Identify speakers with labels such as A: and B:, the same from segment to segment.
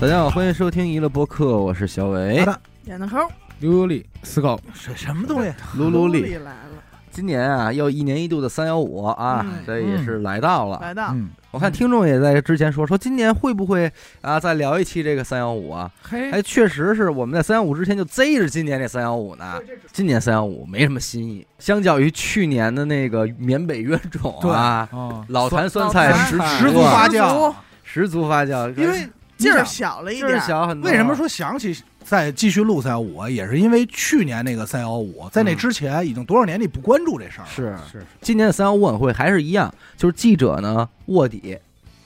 A: 大家好，欢迎收听娱乐播客，我是小伟
B: 好的。
C: 演的抠，
B: 刘有理思考什什么东西？
A: 卢卢
C: 里
A: 里，
C: 来了，
A: 今年啊，要一年一度的三幺五啊
C: 嗯，
A: 这也是来到了。
C: 来到
B: 嗯，
A: 我看听众也在之前说，说今年会不会啊再聊一期这个三幺五啊？
B: 嘿，
A: 哎，确实是我们在三幺五之前就贼着今年这三幺五 呢。今年三幺五没什么新意，相较于去年的那个缅北冤种啊，
B: 哦，
A: 老坛酸
C: 老
A: 菜
C: 坛
A: 十
B: 酸菜
A: 十足
B: 十足
A: 发
B: 发
C: 酵
B: 酵，
A: 十足发酵，
C: 因为劲儿
B: 你想
C: 小了一
A: 劲
C: 点
A: 儿，小很多。
B: 为什么说想起再继续录三幺五啊？也是因为去年那个三幺五，在那之前已经多少年你不关注这事儿了？
A: 嗯是
B: 是，
A: 今年的三幺五晚会还是一样，就是记者呢卧底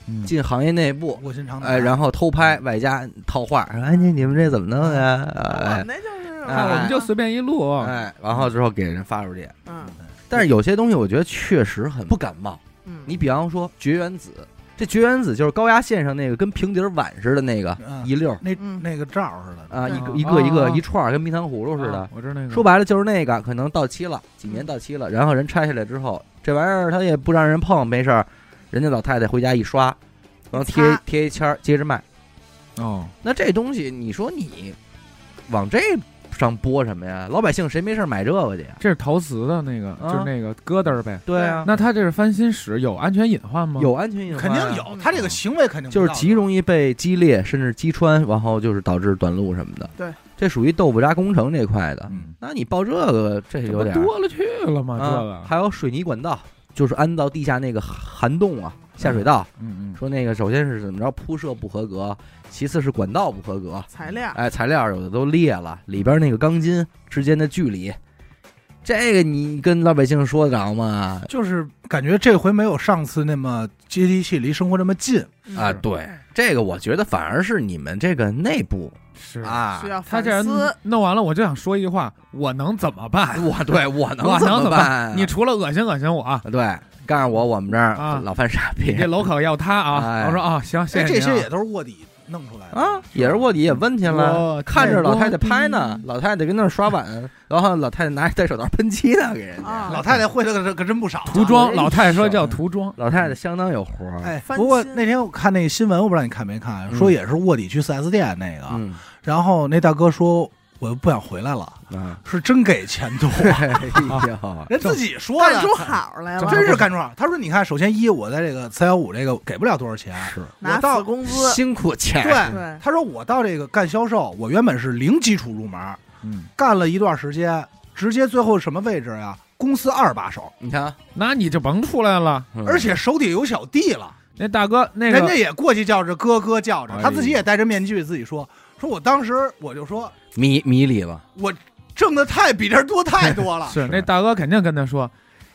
B: 嗯
A: 进行业内部，
B: 卧薪尝胆。
A: 哎，然后偷拍外加套话，说哎你你们这怎么弄呀？
C: 我
A: 哎
C: 们那就是，
A: 哎
D: 啊，我们就随便一录，
A: 哎，然后之后给人发出去。
C: 嗯
A: 但是有些东西我觉得确实很不感冒。
C: 嗯，
A: 你比方说绝缘子，这绝缘子就是高压线上那个跟平底儿碗似的那个
B: 嗯
A: 一溜儿
B: 那
C: 嗯
B: 那个罩儿似的，
A: 啊，
C: 对
A: 一个一个一个
D: 啊
A: 一串儿跟蜜糖葫芦似的
D: 啊。我知道那个。
A: 说白了就是那个可能到期了，几年
C: 嗯
A: 到期了，然后人拆下来之后，这玩意儿他也不让人碰，没事儿，人家老太太回家一刷，然后贴
C: 擦
A: 贴一签儿，接着卖。
D: 哦，
A: 那这东西你说你往这上播什么呀？老百姓谁没事儿买这个去呀？
D: 这是陶瓷的那个，
A: 啊
D: 就是那个疙瘩儿呗。
A: 对啊，
D: 那它这是翻新史，有安全隐患吗？
A: 有安全隐患
B: 肯
A: 啊、
B: 定有。他这个行为肯定不
A: 就是
B: 道德
A: 极容易被激裂，甚至击穿，然后就是导致短路什么的。
C: 对，
A: 这属于豆腐渣工程这块的。
B: 嗯
A: 那你报这个，这
D: 这
A: 有
D: 不
A: 点儿
D: 多了去了吗？这
A: 啊
D: 个，
A: 还有水泥管道，就是安到地下那个涵洞啊，下水道。
D: 嗯嗯，
A: 说那个首先是怎么着铺设不合格，其次是管道不合格，
C: 材料，
A: 哎，材料有的都裂了，里边那个钢筋之间的距离，这个你跟老百姓说得着吗？
B: 就是感觉这回没有上次那么接地气，离生活这么近。
C: 嗯
A: 啊，对，这个我觉得反而是你们这个内部
D: 是。
A: 啊
C: 需，要
D: 他
C: 反
D: 这人
C: 思，
D: 弄完了，我就想说一句话：我能怎么办？
A: 我对我
D: 我
A: 能
D: 能
A: 么
D: 么
A: 办啊？
D: 你除了恶心恶心我啊，
A: 对，告诉我我们这儿
D: 啊
A: 老犯傻逼
D: 这楼口要他
A: 哎
D: 啊。我说啊，行，谢
B: 哎，
D: 谢
B: 这
D: 您
B: 些
D: 啊
B: 也都是卧底弄出来的
A: 啊，也是卧底也问去了。
D: 我
A: 看着老太太
D: 见过
A: 拍
B: 嗯
A: 呢，老太太跟那儿刷 碗，然后老太太拿一戴手套喷漆呢，给人家
C: 啊。
B: 老太太会的可可真不少啊。
D: 涂
A: 我
D: 装，
A: 这
D: 老太太说
A: 手
D: 叫涂装，
A: 老太太相当有活儿，
B: 哎，
C: 翻
B: 不过
C: 新
B: 那天我看那新闻，我不知道你看没看，
A: 嗯
B: 说也是卧底去四 S 店那个，
A: 嗯
B: 然后那大哥说我又不想回来了，
A: 啊，
B: 是真给钱多，
A: 哎呦，
B: 人自己说
C: 干
B: 的
C: 出， 好来了，
B: 真是干出好。他说你看，首先一我在这个三幺五这个给不了多少钱，
A: 是
C: 拿
B: 我到
C: 死工资，
A: 辛苦钱，嗯
B: 对，
C: 对
B: 他说我到这个干销售，我原本是零基础入门，
D: 嗯，
B: 干了一段时间，直接最后什么位置呀？公司二把手，
A: 你嗯看，
D: 那你就甭出来了。
B: 而且手底有小弟了。
D: 那大哥，那
B: 人家
D: 个
B: 也过去叫着哥哥叫着
D: 哎，呦
B: 他自己也戴着面具，自己说说，我当时我就说
A: 迷迷离了，
B: 挣的太比这儿多太多了，
D: 是那大哥肯定跟他说，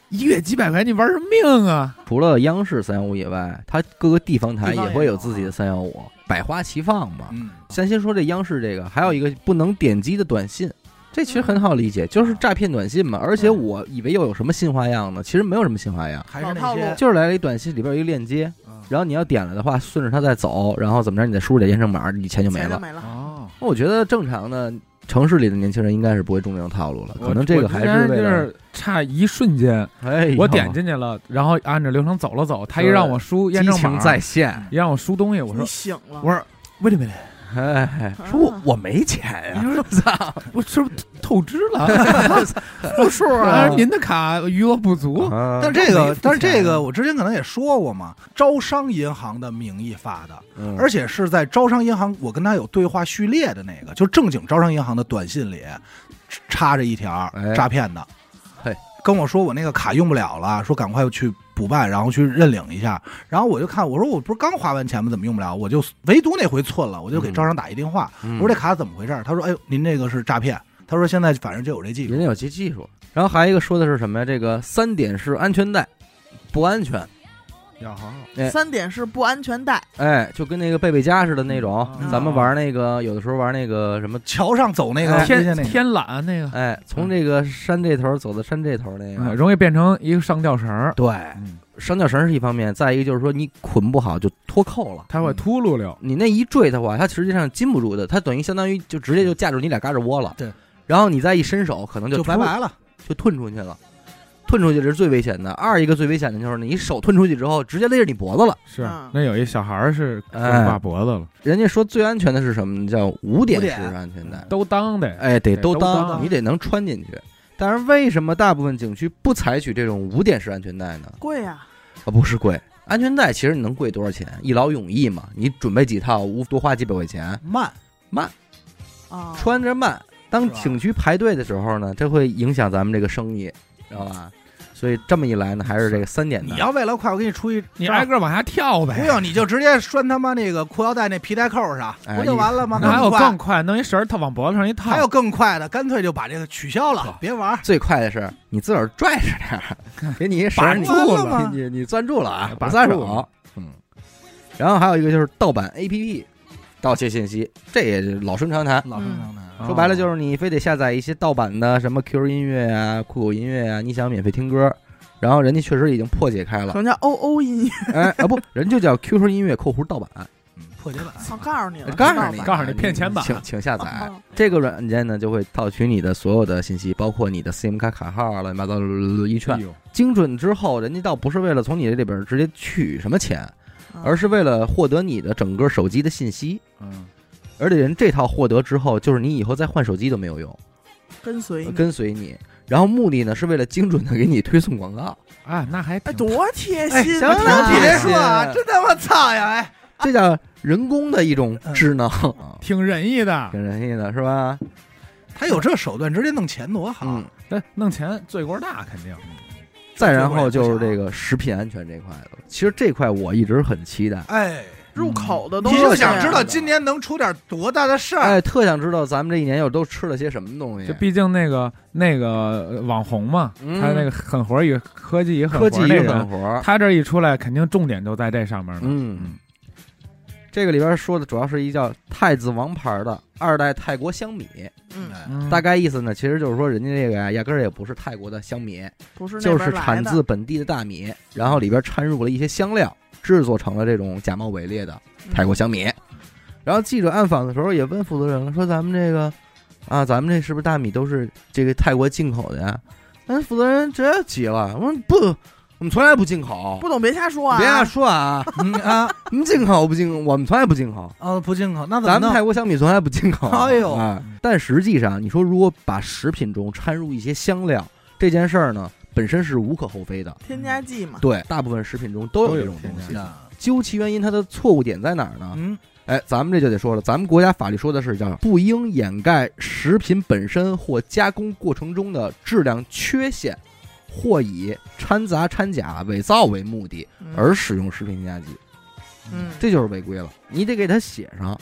D: 一月几百块，你玩什么命啊？
A: 除了央视三幺五以外，它各个地方台
B: 地方
A: 也
B: 也
A: 会有
B: 有啊
A: 自己的三幺五，百花齐放嘛。
B: 嗯，
A: 咱先说这央视这个，还有一个不能点击的短信，这其实
B: 嗯
A: 很好理解，就是诈骗短信嘛。而且我以为又有什么新花样呢，其实没有什么新花样，
B: 还是
C: 老
B: 那
C: 套路
B: 些
A: 就是来了一短信，里边有一个链接，
B: 嗯
A: 然后你要点了的话，顺着它再走，然后怎么着，你再输入点验证码，你钱就没
C: 钱
A: 了
C: 就。没了，
D: 哦，
A: 那我觉得正常的城市里的年轻人应该是不会中这种套路了，
D: 我
A: 哦可能这个还是
D: 我
A: 为
D: 之前就
A: 了
D: 是差一瞬间，
A: 哎呦，
D: 我点进去了，然后按照流程走了走，他一
A: 对
D: 让我输验
A: 激
D: 证码
A: 情，在线，
D: 一让我输东西，我
C: 你
D: 说
C: 醒了，
D: 我说 wait a minute，
A: 哎，
C: 啊
A: 说我我没钱呀、
D: 你说
A: 操，
D: 我是不是透支了？负数 啊，您的卡余额不足，
A: 啊
B: 但这个，但是这个，我之前可能也说过嘛，招商银行的名义发的，
A: 嗯
B: 而且是在招商银行，我跟他有对话序列的那个，就正经招商银行的短信里插着一条
A: 哎
B: 诈骗的，
A: 嘿，
B: 跟我说我那个卡用不了了，说赶快去补办，然后去认领一下。然后我就看，我说我不是刚花完钱吗？怎么用不了？我就唯独那回寸了，我就给
A: 嗯
B: 招商打一电话，
A: 嗯
B: 我说这卡怎么回事儿？他说，哎呦，您这个是诈骗。他说现在反正就有这
D: 嗯
B: 技术
A: 人，家有些技术。然后还有一个说的是什么呀？这个三点式安全带不安全，
D: 要好好
A: 哎
C: 三点是不安全带，
A: 哎，就跟那个贝贝家似的那种，
D: 嗯
A: 咱们玩那个有的时候玩那个什么，
B: 桥上走那个
A: 哎
B: 那
D: 天
B: 个
D: 天懒啊那个，
A: 哎，从这个山这头走到山这头那
D: 哎
A: 个。
D: 容易变成一个上吊绳儿，
A: 对，
D: 嗯
A: 上吊绳是一方面，再一个就是说你捆不好就脱扣了。
D: 他会秃噜溜，
A: 你那一坠的话，它实际上禁不住的，它等于相当于就直接就架住你俩胳肢窝了。
B: 对，
A: 然后你再一伸手，可能就
B: 就拜
A: 突
B: 拜了。
A: 就吞出去了。吞出去这是最危险的。二一个最危险的就是你手吞出去之后，直接勒着你脖子了。
D: 是
C: 嗯
D: 那有一小孩儿是
A: 哎
D: 挂脖子了，
A: 人家说最安全的是什么呢？叫五点
B: 五
A: 式
B: 点
A: 安全带，
D: 都当得
A: 哎，得
D: 得
A: 都
D: 都
A: 当，
D: 当
A: 你得能穿进去。但是为什么大部分景区不采取这种五点式安全带呢？
C: 贵呀，
A: 啊，不是贵，安全带其实你能贵多少钱？一劳永逸嘛，你准备几套，无多花几百块钱，
B: 慢，
C: 啊，
A: 穿着慢。当
B: 是吧
A: 景区排队的时候呢，这会影响咱们这个生意，知道吧？所以这么一来呢，还是这个三点
B: 你
A: 的。
B: 要为了快，我给你出一
D: 你
B: 招儿
D: 挨个往下跳
B: 不
D: 呗。
B: 用，你就直接拴他妈那个裤腰带那皮带扣上，
A: 哎
B: 不就完了吗？
D: 那还有
B: 快
D: 更，快，弄一绳儿套往脖子上一套，
B: 还有更快的，干脆就把这个取消
D: 是
B: 了，别玩儿。
A: 最快的是你自个儿拽着点 儿，给你一绳儿
D: 把
A: 你
D: 住了
B: 吗
A: 你你你攥住了啊，
D: 把
A: 不撒
D: 住
A: 手
D: 了。
A: 嗯，然后还有一个就是盗版 APP，盗窃信息，这也是老生常谈。
B: 老生常谈，
A: 说白了就是是你非得下载一些盗版的什么 QQ 音乐啊、酷狗音乐啊，你想免费听歌，然后人家确实已经破解开
C: 可
A: 了，
C: 能叫 O O 音乐，
A: 哎啊不，人就叫 QQ 音乐（括弧盗版
B: 嗯破解版。
C: 我告诉你了，
A: 告诉你，
D: 告诉你骗钱版
A: 请请下载
C: 嗯哦
A: 这个软件呢，就会盗取你的所有的信息，包括你的 SIM 卡卡号啊乱七八糟一
D: 哎
A: 圈。精准之后，人家倒不是为了从你这里边直接取什么钱，
C: 嗯
A: 而是为了获得你的整个手机的信息。
D: 嗯，
A: 而且人这套获得之后，就是你以后再换手机都没有用，
C: 跟随你，
A: 跟随你。然后目的呢是为了精准的给你推送广告，
D: 啊，那还
C: 哎，
D: 挺
C: 多贴
B: 哎，
C: 心
B: 行
C: 啊，
B: 了，别
A: 贴
B: 说啊，真他妈操呀！哎，
A: 这叫人工的一种智能，啊
D: 挺仁义的。
A: 挺仁义的是吧？
B: 他有这手段，直接弄钱多好。
A: 嗯。
D: 那哎弄钱罪过大，肯定
A: 再然后就是这个食品安全这块了，其实这块我一直很期待，
B: 哎，
C: 入口的啊都
B: 你
C: 是
B: 就
C: 这样
B: 想知道今年能出点多大的事儿？
A: 哎，特想知道咱们这一年又都吃了些什么东西
D: 就。毕竟那个那个呃网红嘛，
A: 嗯
D: 他那个很活儿与科技也很活
A: 科
D: 儿
A: 技
D: 那
A: 也
D: 人
A: 狠活儿，
D: 他这一出来，肯定重点都在这上面嘛。
A: 嗯，这个里边说的主要是一叫太子王牌的二代泰国香米，
C: 嗯，
D: 嗯
A: 大概意思呢，其实就是说人家这个呀，压根儿也不是泰国的香米，
C: 不是那
A: 就
C: 边
A: 是
C: 来
A: 产
C: 的
A: 自本地的大米，然后里边掺入了一些香料，制作成了这种假冒伪劣的
C: 嗯
A: 泰国，香米。然后记者暗访的时候也问负责人了，说咱们这个啊，咱们这是不是大米都是这个泰国进口的呀？那负责人直接急了，我说不，我们从来不进口
C: 嗯，不懂别瞎说啊，
A: 别瞎说 啊，
B: 嗯啊，
A: 你们进口不进口？我们从来不进口，
B: 哦，不进口，那怎么
A: 咱们
B: 弄？
A: 泰国香米从来不进口。
B: 哎呦
A: 啊但实际上，你说如果把食品中掺入一些香料，这件事儿呢，本身是无可厚非的。
C: 添加剂嘛，
A: 对，大部分食品中都有
D: 都有
A: 这种东
D: 添
A: 西
D: 加剂。
A: 究其原因，它的错误点在哪儿呢？
B: 嗯，
A: 哎，咱们这就得说了，咱们国家法律说的是叫不应掩盖食品本身或加工过程中的质量缺陷，或以掺杂、掺假、伪造为目的
C: 嗯
A: 而使用食品添加剂，
C: 嗯，
A: 这就是违规了。你得给它写上，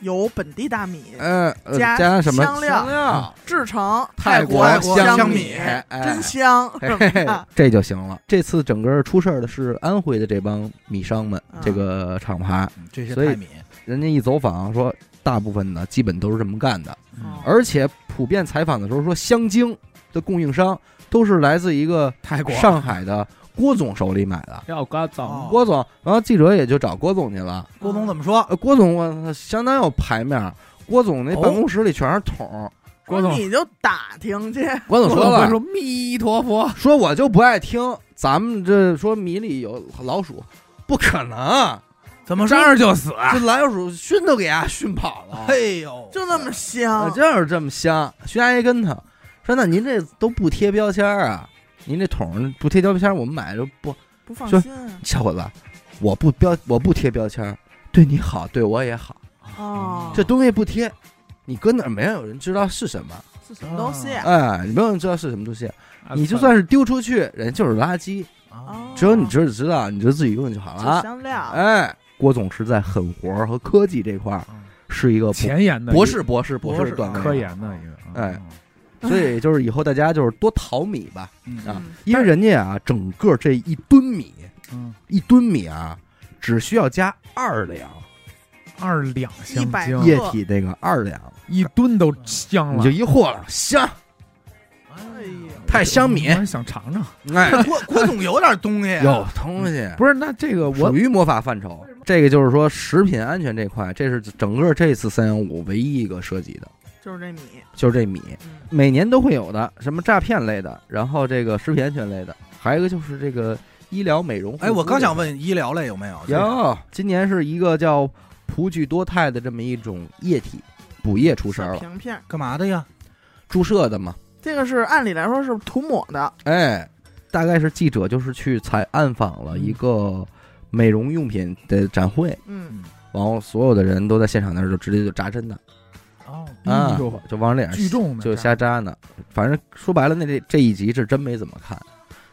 C: 有本地大米
A: 呃，呃
C: 加
A: 加什么
C: 香料
A: 料
C: 制成
A: 泰
C: 国
B: 泰国
A: 香
B: 香
A: 米，
B: 米
A: 哎
C: 真香， 嗯
A: 嘿
C: 什
A: 嘿
C: 么
A: 嘿
C: 的，
A: 这就行了。这次整个出事儿的是安徽的这帮米商们，
C: 嗯
A: 这个厂牌，
B: 嗯这些
A: 所以
B: 泰米，
A: 人家一走访说，大部分呢基本都是这么干的，
C: 哦
A: 而且普遍采访的时候说，香精的供应商都是来自一个
D: 泰国
A: 上海的郭总手里买的。
D: 要瓜总
B: 哦
A: 郭总，然后记者也就找郭总去了。
B: 郭总怎么说？
A: 呃，郭总，我操，相当有排面儿。郭总那办公室里全是桶儿。
D: 郭总
C: 你就打听去，
A: 郭总
D: 我
A: 说了
D: 会，说弥陀佛，
A: 说我就不爱听，咱们这说米里有老鼠，不可能，啊
B: 怎么说
D: 张？儿就死，啊
A: 这老鼠熏都给它熏跑了，
B: 嘿哎呦，
C: 哦就那么
A: 啊，
C: 香，
A: 就是这么香，熏一跟头。说那您这都不贴标签儿啊？您这桶不贴标签儿，我们买就不，
C: 不放
A: 就
C: 心啊
A: 小伙子，我不标，我不贴标签儿，对你好，对我也好，
C: 啊哦，
A: 这东西不贴，你搁哪儿没有人知道是什么，
C: 是什么东西啊？
A: 哎，没有人知道是什么东西，
D: 啊
A: 你就哦算是丢出去，人就是垃圾，
D: 哦
B: 啊
A: 只有你知知道，你就自己用就好了。
C: 哦就香料，
A: 哎，郭总是在狠活儿和科技这块儿是一个博
D: 前沿的
A: 博士、博士、博
B: 博
A: 士
B: 士
A: 段
B: 啊
A: 位，
D: 科研的一个，嗯
A: 哎所以就是以后大家就是多淘米吧，
B: 嗯
A: 啊
C: 嗯
A: 因为人家啊，整个这一吨米，
D: 嗯，
A: 一吨米啊，只需要加二两
D: 二两香
C: 100
D: 精
C: 嗯
A: 液体，这个二两，
D: 一吨都香
A: 你
D: 了
A: 就，一和了，香，
C: 哎呀，
A: 太香米
D: 我，还想尝尝。
A: 哎，
B: 郭郭总有点东西啊，
A: 有东西，
D: 不是，那这个我
A: 属于魔法范畴。这个就是说食品安全这块，这是整个这次三幺五唯一一个涉及的。
C: 就是这米，
A: 就是这米，
C: 嗯，
A: 每年都会有的，什么诈骗类的，然后这个食品安全类的，还有一个就是这个医疗美容护肤类
B: 哎，
A: 的。
B: 我刚想问医疗类有没有？
A: 哟，今年是一个叫葡聚多肽的这么一种液体补液出事儿
C: 小
A: 了，
C: 瓶片儿，
B: 干嘛的呀？
A: 注射的嘛，
C: 这个是按理来说是涂抹的，
A: 哎，大概是记者就是去采暗访了一个美容用品的展会，
C: 嗯，
A: 然后所有的人都在现场那儿就直接就扎针的
B: 哦，
A: 啊
D: 哎呦，
A: 就往脸
D: 聚
A: 上
D: 众的
A: 就瞎扎呢。反正说白了，那这这一集是真没怎么看，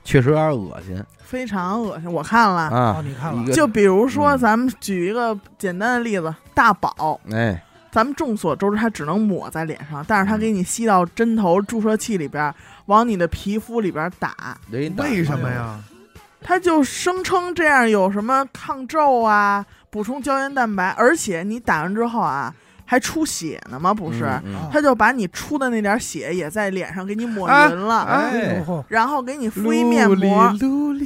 A: 确实有点恶心
C: 非常恶心，我看了。
A: 啊
B: 哦，。你看
A: 一
B: 了
A: 个
C: 就比如说，
A: 嗯
C: 咱们举一个简单的例子，大宝，
A: 哎，
C: 咱们众所周知，它只能抹在脸上，但是它
D: 嗯
C: 给你吸到针头注射器里边儿，往你的皮肤里边儿打，
A: 给你打
D: 为什么呀？
C: 它就声称这样有什么抗皱啊，补充胶原蛋白，而且你打完之后啊，还出血呢吗？不是，
A: 嗯嗯
C: 他就把你出的那点血也在脸上给你抹
D: 啊
C: 匀了，
A: 哎
B: 呦嚯
C: 然后给你敷一面膜，
D: 撸里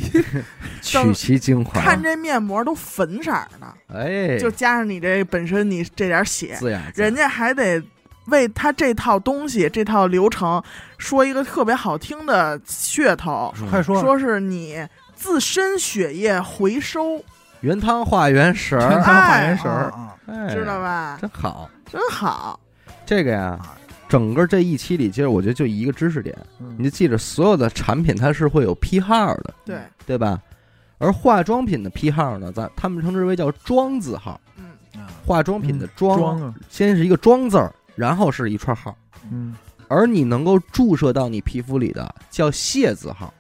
A: 取其精华，
C: 看这面膜都粉色儿的，
A: 哎，
C: 就加上你这本身你这点血，
A: 自然
C: 人家还得为他这套东西、这套流程说一个特别好听的噱头，
B: 快
A: 嗯
B: 说
C: 说是你自身血液回收，
A: 原汤化原食
D: 全
A: 儿，
D: 当化哎哦原食
B: 啊
D: 儿，
B: 啊
A: 哎
C: 知道？吧？啊
A: 真好，
C: 真好，
A: 这个呀，整个这一期里，其实我觉得就一个知识点，你
B: 嗯
A: 就记着，所有的产品它是会有批号的，
C: 对，
A: 对吧？而化妆品的批号呢，咱他们称之为叫庄字号，
C: 嗯，
A: 化嗯妆品的庄，
D: 装啊，
A: 先是一个庄字儿，然后是一串号，
D: 嗯，
A: 而你能够注射到你皮肤里的叫械字号，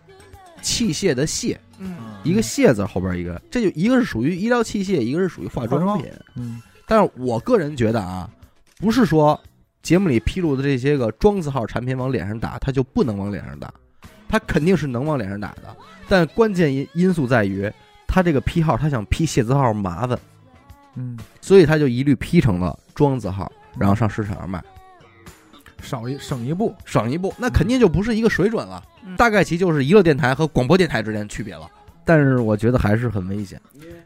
A: 器械的械，
C: 嗯，
A: 一个械字后边一个，这就一个是属于医疗器械，一个是属于化
B: 化
A: 妆
B: 妆
A: 品。
D: 嗯，
A: 但是我个人觉得啊，不是说节目里披露的这些个庄字号产品往脸上打，它就不能往脸上打，它肯定是能往脸上打的。但关键因因素在于，它这个批号，它想批械字号麻烦，
D: 嗯，
A: 所以它就一律批成了庄字号，然后上市场上卖，
D: 嗯少一省一步，
A: 省一步，那肯定就不是一个水准了。
C: 嗯
A: 大概其就是娱乐电台和广播电台之间的区别了。但是我觉得还是很危险，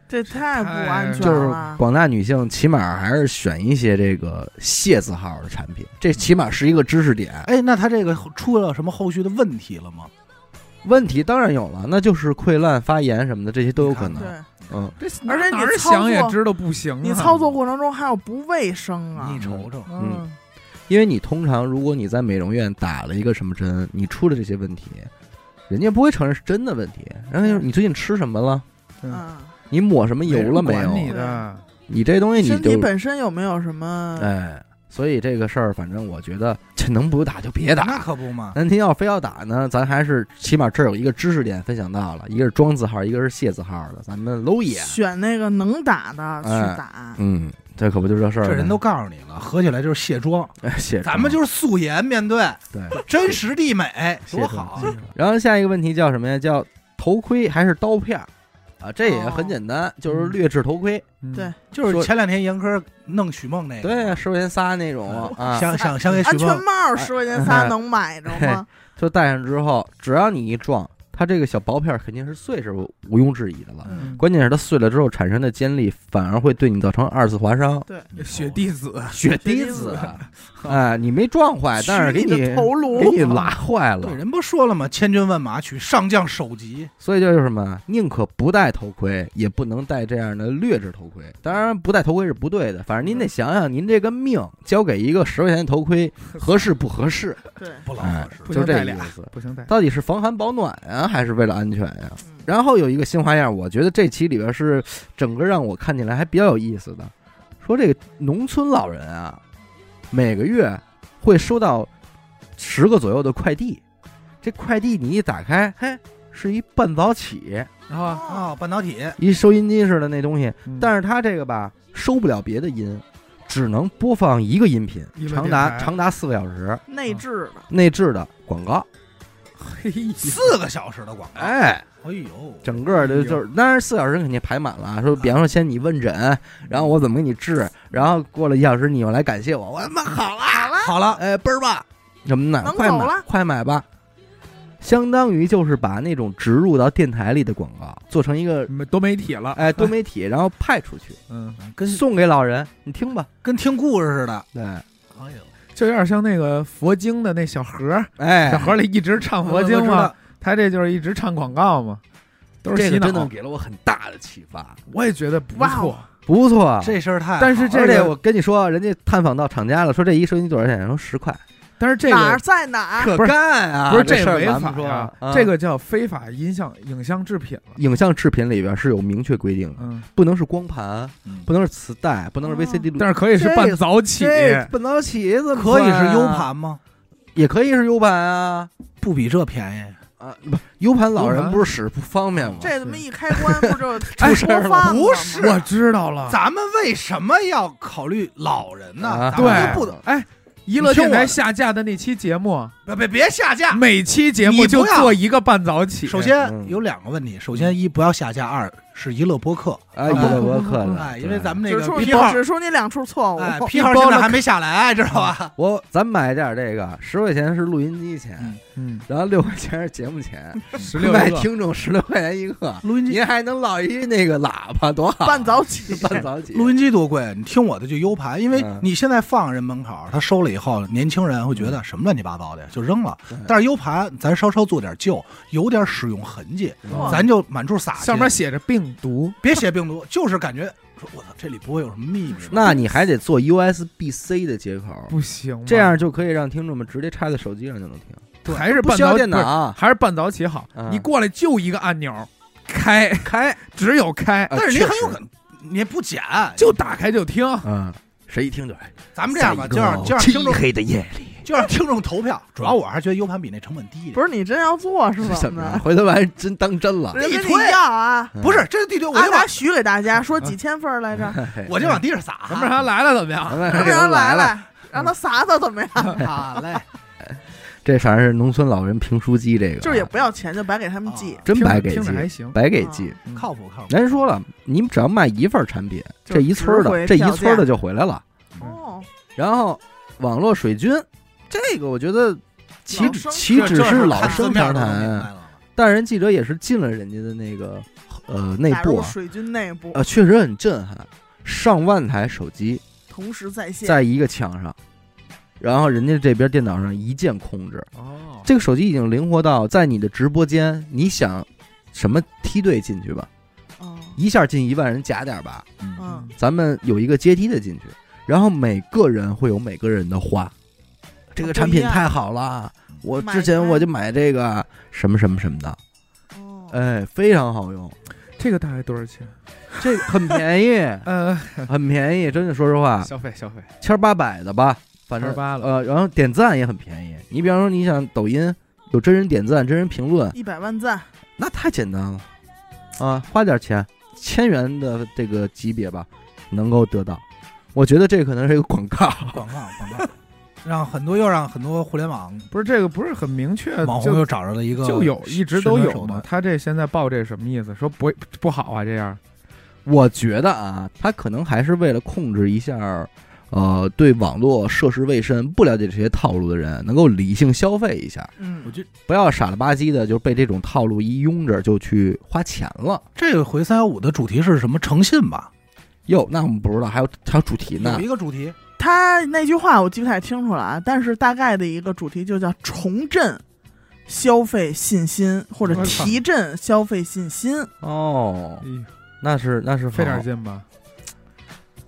C: 这太不安全
A: 就是
C: 了，
A: 广大女性起码还是选一些这个械字号的产品，这起码是一个知识点。
B: 哎，那他这个出了什么后续的问题了吗？
A: 问题当然有了，那就是溃烂、发炎什么的，这些都有可能。
C: 对。
A: 嗯，
D: 这
C: 而且你
D: 哪儿
C: 操作
D: 想也知道不行啊，
C: 你操作过程中还有不卫生啊
B: 你！瞅瞅，
A: 嗯，因为你通常如果你在美容院打了一个什么针，你出了这些问题，人家不会承认是真的问题。然后就说你最近吃什么了？
C: 嗯，
A: 你抹什么油了没
D: 人
A: 有？
D: 管你
A: 你
D: 的，
A: 这东西你
C: 身体
A: 就
C: 本身有没有什么？
A: 哎，所以这个事儿，反正我觉得这能不打就别打。
B: 那可不嘛。
A: 那您要非要打呢，咱还是起码这儿有一个知识点分享到了，一个是庄字号，一个是谢字号的，咱们搂野。
C: 选那个能打的去
A: 哎
C: 打，
A: 嗯，这可不就这事儿了
B: 这
A: 吗？
B: 人都告诉你了，合起来就是卸妆，
A: 哎谢
B: 咱们
A: 庄
B: 就是素颜面对，
A: 对。
B: 真实地美，
A: 谢谢
D: 哎
B: 多好
A: 谢！谢然后下一个问题叫什么呀？叫头盔还是刀片儿？啊，这
B: 哦
A: 也很简单，就是劣质头盔。
D: 嗯
C: 对
B: 就是
A: 说
B: 前两天严科弄许梦那个，哦
A: 对啊，十块钱仨那种啊，
B: 想想想给许
C: 安全
B: 梦
C: 帽十块钱
A: 哎
C: 仨能买着吗？
A: 就戴上之后，只要你一撞，它这个小薄片儿肯定是碎，是毋庸置疑的了。
B: 嗯
A: 关键是它碎了之后产生的尖力，反而会对你造成二次划伤。
C: 对，
D: 雪地嗯子，
A: 血滴子， 哎，你没撞坏，但是给
C: 取
A: 你
C: 的头颅
A: 给你拉坏了
B: 对，。人不说了吗？千军万马取上将首级，
A: 所以就是什么，宁可不戴头盔，也不能戴这样的劣质头盔。当然，不戴头盔是不对的，反正您得想想，您这个命交给一个十块钱的头盔合适不合适？
C: 对，
B: 不老
A: 哎
B: 合适，。
D: 不
A: 就
D: 行
A: 这
D: 带
A: 个
D: 俩
A: 意思。
D: 不行带，
A: 到底是防寒保暖呀、还是为了安全呀、
C: 嗯
A: 然后有一个新花样，我觉得这期里边是整个让我看起来还比较有意思的，说这个农村老人啊，每个月会收到十个左右的快递，这快递你一打开，嘿，是一半导体，
D: 然后
B: 哦，半导体
A: 一收音机似的那东西， 但
D: 是
A: 是它这个吧，收不了别的音，只能播放一个音频
D: 一，个
A: 长达
D: 电台
A: 长达四个小时，
C: 内置的，
A: 内置的广告，
D: 嘿，
B: 四个小时的广告，
A: 哎。
B: 哎呦，
A: 整个的就是，当然四小时肯定排满了啊。说，比方说先你问诊，然后我怎么给你治，然后过了一小时你又来感谢我，我他妈好了好了，
B: 好了，
A: 哎倍儿棒，什么的，
C: 能
A: 快
C: 走
A: 买
C: 了
A: 快买吧。相当于就是把那种植入到电台里的广告做成一个
D: 多媒体了，
A: 哎多媒体，然后派出去
D: 嗯，
B: 跟
A: 送给老人，你听吧。
B: 跟听故事似的，
A: 对，
B: 哎呦，
D: 就有点像那个佛经的那小盒儿，
A: 哎
D: 小盒里一直唱佛经嘛，他这就是一直唱广告嘛，都是
A: 这
D: 洗
A: 个真的
D: 脑。
A: 给了我很大的启发，
D: 我也觉得不
C: 哇
D: 错
C: 哦，
A: 不错。
B: 这事儿太好了，
D: 但是这
A: 而且
D: 个
A: 我跟你说，人家探访到厂家了，说这一收你多少钱？说十块，
D: 但是这
C: 哪儿
D: 个
C: 在哪儿？
A: 可
D: 不是
A: 干啊！
D: 不是
A: 这事儿
D: 违
A: 咱
D: 法
A: 们说
D: 呀
A: 啊，
D: 这个叫非法音像影像制品了。
A: 影像制品里边是有明确规定的，
D: 嗯，
A: 不能是光盘，
B: 嗯
A: 不能是磁带，不能是
C: 哦
A: VCD 录。
D: 但是可以是办早起，
A: 嗯这本早起怎么
B: 可以
A: 算
B: 是
A: 啊
B: U，盘吗？
A: 也可以是 U 盘啊。
B: 不比这便宜。
A: 啊，不，U 盘老
D: U
A: 人
D: 盘
A: 不是使不方便吗？
C: 这他妈一开关不就
A: 出事儿了
C: 播放
B: 不
C: 吗
B: 是
D: 我知道了。
B: 咱们为什么要考虑老人呢？
A: 啊
B: 咱们
D: 对，
B: 就不
A: 能
D: 哎，娱乐电
B: 你听我
D: 台
B: 的
D: 下架的那期节目，
B: 别别别下架。
D: 每期节目
B: 你
D: 就
B: 不要
D: 做一个半早起。
B: 首
A: 嗯
B: 先有两个问题，首先一不要下架，二是娱乐播客，
A: 啊，娱乐博客的，
B: 哎，
A: 对
B: 因为咱们这
C: 只
B: 个
C: 出
B: 批号，
C: 只出你两处错误，
B: 哎，批号现在还没下来，知道吧？
A: 我咱买点这个，十块钱是录音机钱，
B: 嗯
D: 嗯，
A: 然后六块钱是节目钱，
D: 十六
A: 卖
D: 个，
A: 听众十六块钱一个，
B: 录音机，
A: 您还能落一那个喇叭，多好！
C: 半早起
A: 半早起，
B: 录音机多贵？你听我的就 U 盘，因为
A: 嗯
B: 你现在放人门口，他收了以后，年轻人会觉得什么乱七八糟的就扔了
A: 嗯。
B: 但是 U 盘咱稍稍做点旧，有点使用痕迹，
C: 哇
B: 咱就满处撒去。
D: 上面写着病毒，
B: 别写病毒，就是感觉说我操，这里不会有什么秘密吧。
A: 那你还得做 USB C 的接口，
D: 不行吗，啊
A: 这样就可以让听众们直接插在手机上就能听，
D: 还是
A: 不
D: 半
A: 需
D: 早
A: 要电脑啊。
D: 还是半早起好。
A: 嗯
D: 你过来就一个按钮，开开，只有开，
A: 呃
B: 但是你
A: 确
B: 很有
A: 实
B: 可能，你也不剪，
D: 就打开就听。
A: 嗯，谁一听就哎，
B: 咱们这样吧，
A: 在一个
B: 就让就让
A: 漆
B: 听众
A: 黑的夜里，
B: 就让听众投票。主要我还是觉得 U 盘比那成本低一点。
C: 不是你真要做是
A: 怎
C: 怎
A: 么
C: 么
A: 着
C: 的？
A: 回头万一真当真了，
C: 人
B: 一
C: 跟你
B: 推
C: 要啊，
B: 不是，这是第六，我
C: 阿
B: 就往
C: 达许给大家说几千份儿来
A: 嗯啊
C: 着，
B: 我就往地上撒。啊
D: 咱们啊让他来了怎么样？
A: 让
C: 让
A: 人
C: 人
A: 来
C: 来
A: 了。
C: 了，让他撒撒怎么样？
B: 好嘞，
A: 这反正是农村老人评书机，这个啊
C: 就是也不要钱，就白给他们寄
B: 啊。
A: 真白给
D: 听着
A: 寄
D: 听着，还行，
A: 白给寄。
D: 嗯
B: 靠谱靠谱。
A: 人说了，你们只要卖一份产品，
C: 就
A: 这一村儿
C: 值
A: 的
C: 回
A: 这一
C: 票
A: 村儿
C: 价
A: 的就回来了。
C: 哦，
A: 然后网络水军，这个我觉得岂
C: 老
A: 止
C: 生
A: 其只
B: 这这
A: 是
B: 看
A: 老
B: 字
A: 生
B: 面
A: 常
B: 都能明
A: 谈啊
B: 白，了
A: 但人记者也是进了人家的那个呃内
C: 打
A: 部
C: 入
A: 啊，
C: 水军内部，
A: 呃，确实很震撼，上万台手机
C: 同时在线。
A: 在一个墙上，然后人家这边电脑上一键控制，
D: 哦，
A: 这个手机已经灵活到在你的直播间，你想什么梯队进去吧，
C: 哦
A: 一下进一万人假点儿吧，
B: 嗯
C: 嗯，
A: 咱们有一个阶梯的进去，然后每个人会有每个人的话。这个产品太好了，我之前我就买这个什么什么什么的，
C: 哦，
A: 哎，非常好用，
D: 这个大概多少钱？啊
A: 这个很便宜，
D: 呃，
A: 很便宜，真的说实话，
D: 消费消费，
A: 千儿八百的吧，反正
D: 1800了
A: 呃，然后点赞也很便宜。你比方说你想抖音有真人点赞、真人评论，
C: 一百万赞，
A: 那太简单了啊，花点钱，千元的这个级别吧，能够得到。我觉得这可能是一个广告，
B: 广告广告，让很多又让很多互联网
D: 不是这个不是很明确，
B: 网红
D: 呃就
B: 又找着了一个
D: 就有一直都有嘛
B: 嘛。。
D: 他这现在报这什么意思？说不不好啊，这样
A: 我觉得啊，他可能还是为了控制一下，呃，对网络涉世未深、不了解这些套路的人，能够理性消费一下，
B: 我
C: 嗯，
B: 觉得
A: 不要傻了吧唧的就被这种套路一拥着就去花钱了。
B: 这回三幺五的主题是什么？诚信吧，
A: 哟，那我们不知道还有还有主题呢
B: 有一，个主题
C: 他那句话我记不太清楚了啊，但是大概的一个主题就叫重振消费信心，或者
D: 我操
C: 提振消费信心。
A: 哦，那是那是
D: 费
A: 好
D: 点劲吧。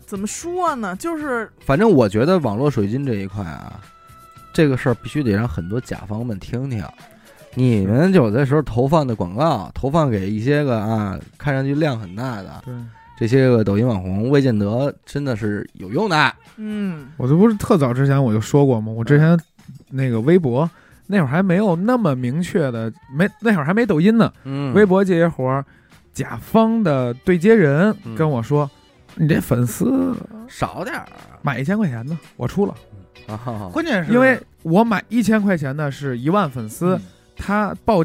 C: 怎么说呢？就是
A: 反正我觉得网络水军这一块啊，这个事儿必须得让很多甲方们听听。你们有的时候投放的广告，投放给一些个啊，看上去量很大的
D: 对，
A: 这些个抖音网红，未见得真的是有用的。
C: 嗯，
D: 我这不是特早之前我就说过吗？我之前那个微博那会儿还没有那么明确的，没那会儿还没抖音呢，
A: 嗯
D: 微博这些活儿，甲方的对接人
A: 嗯
D: 跟我说，你这粉丝
A: 少点儿
D: 买一千块钱的，我出了，
A: 啊，
B: 关键是
D: 因为我买一千块钱的是一万粉丝，
B: 嗯
D: 他报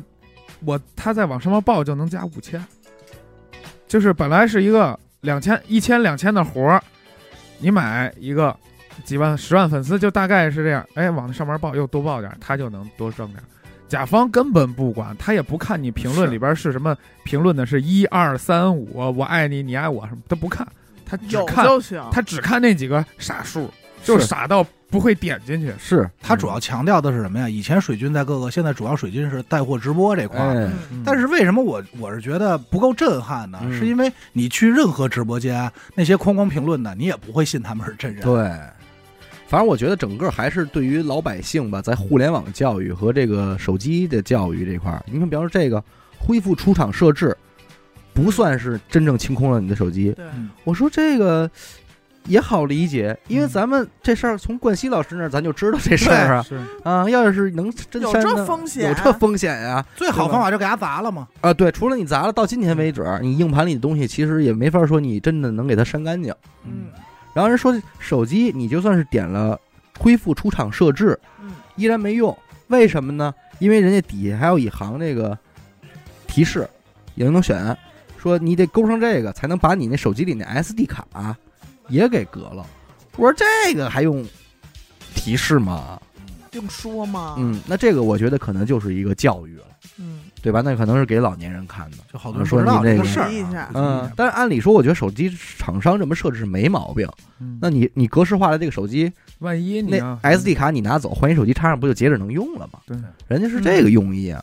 D: 我他再往上面报就能加五千，就是本来是一个两千一千两千的活儿，你买一个几万十万粉丝就大概是这样，哎，往上面报又多报点儿，他就能多挣点儿。甲方根本不管，他也不看你评论
B: 是
D: 里边是什么，评论的是一二三五，我爱你，你爱我什么，他不看，他只
C: 有
D: 看
C: 就行。
D: 他只看那几个傻数，就是傻到不会点进去。
A: 是
B: 它主要强调的是什么呀？以前水军在各个，现在主要水军是带货直播这块儿。
A: 哎，
D: 嗯
B: 但是为什么我我是觉得不够震撼呢？
A: 嗯
B: 是因为你去任何直播间，那些哐哐评论的，你也不会信他们是真人。
A: 对，反正我觉得整个还是对于老百姓吧，在互联网教育和这个手机的教育这块儿，你看，比方说这个恢复出厂设置，不算是真正清空了你的手机。
C: 对，
B: 嗯
A: 我说这个也好理解，因为
B: 嗯
A: 咱们这事儿从冠希老师那儿咱就知道这事儿啊
D: 是
A: 啊，要是能真
C: 有
A: 删
C: 这
A: 呢
C: 风险啊
A: 有这风险呀、
B: 最好方法就给它砸了嘛。
A: 啊，对，除了你砸了，到今天为止，你硬盘里的东西其实也没法说你真的能给它删干净。
C: 嗯
A: 然后人说手机，你就算是点了恢复出厂设置，
C: 嗯
A: 依然没用，为什么呢？因为人家底下还有一行这个提示，也能选，说你得勾上这个才能把你那手机里那 SD 卡、也给隔了。我说这个还用提示吗？
C: 硬说嘛，
A: 嗯，那这个我觉得可能就是一个教育了，
C: 嗯
A: 对吧？那可能是给老年人看的。
B: 就好多人
A: 说
B: 不知
A: 你
B: 道
A: 这
B: 这个
A: 个
B: 事儿
C: 提一下
B: 啊。
A: 嗯，但是按理说，我觉得手机厂商这么设置是没毛病。
D: 嗯
A: 那你你格式化的这个手机，
D: 万一你
A: 那嗯
D: 要
A: SD 卡你拿走，换一手机插上，不就接着能用了吗？
D: 对，
A: 人家是这个用意啊。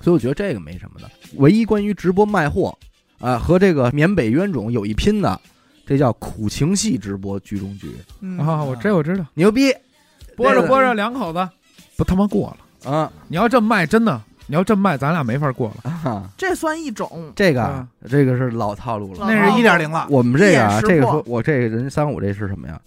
A: 所以我觉得这个没什么的。唯一关于直播卖货啊、和这个缅北冤种有一拼的，这叫苦情戏直播局中局，
C: 嗯
D: 啊，我这我知道，
A: 牛逼
D: 播着播着两口子不他妈过了。
A: 啊
D: 你要这么卖，真的，你要这么卖，咱俩没法过了。
A: 啊！
C: 这算一种，嗯
A: 这个啊这个是老套路了。
C: 老
B: 那是一点零了，
A: 我们这个啊，
C: 一眼识
A: 这个
C: 破
A: 说我这个人三五这是什么呀？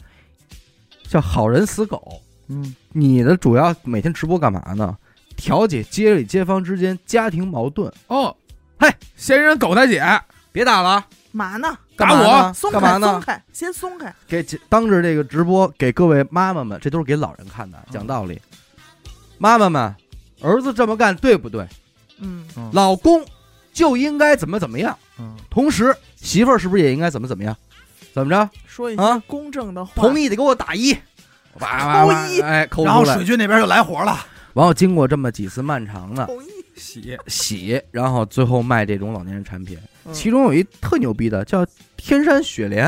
A: 叫好人死狗。
D: 嗯，
A: 你的主要每天直播干嘛呢？调解街里街坊之间家庭矛盾。
D: 哦，
A: 嘿，
D: 嫌疑人狗大姐，
A: 别打了啊，
C: 嘛呢？
A: 干嘛呢
C: 松
A: 干嘛
C: 开，松
A: 呢？
C: 开，先松开。
A: 给当着这个直播给各位妈妈们，这都是给老人看的，
D: 嗯
A: 讲道理。妈妈们，儿子这么干对不对？
C: 嗯，
A: 老公就应该怎么怎么样，
D: 嗯，
A: 同时媳妇儿是不是也应该怎么怎么样？怎么着？
C: 说一
A: 啊
C: 些公正的话。
A: 同意得给我打一，哇哇哇
C: 扣一
A: 哎，扣
B: 然后
A: 出来
B: 水。军那边就来活了。
A: 然后经过这么几次漫长的
C: 同意。
D: 喜，
A: 洗，然后最后卖这种老年人产品。
C: 嗯
A: 其中有一特牛逼的叫天山雪莲，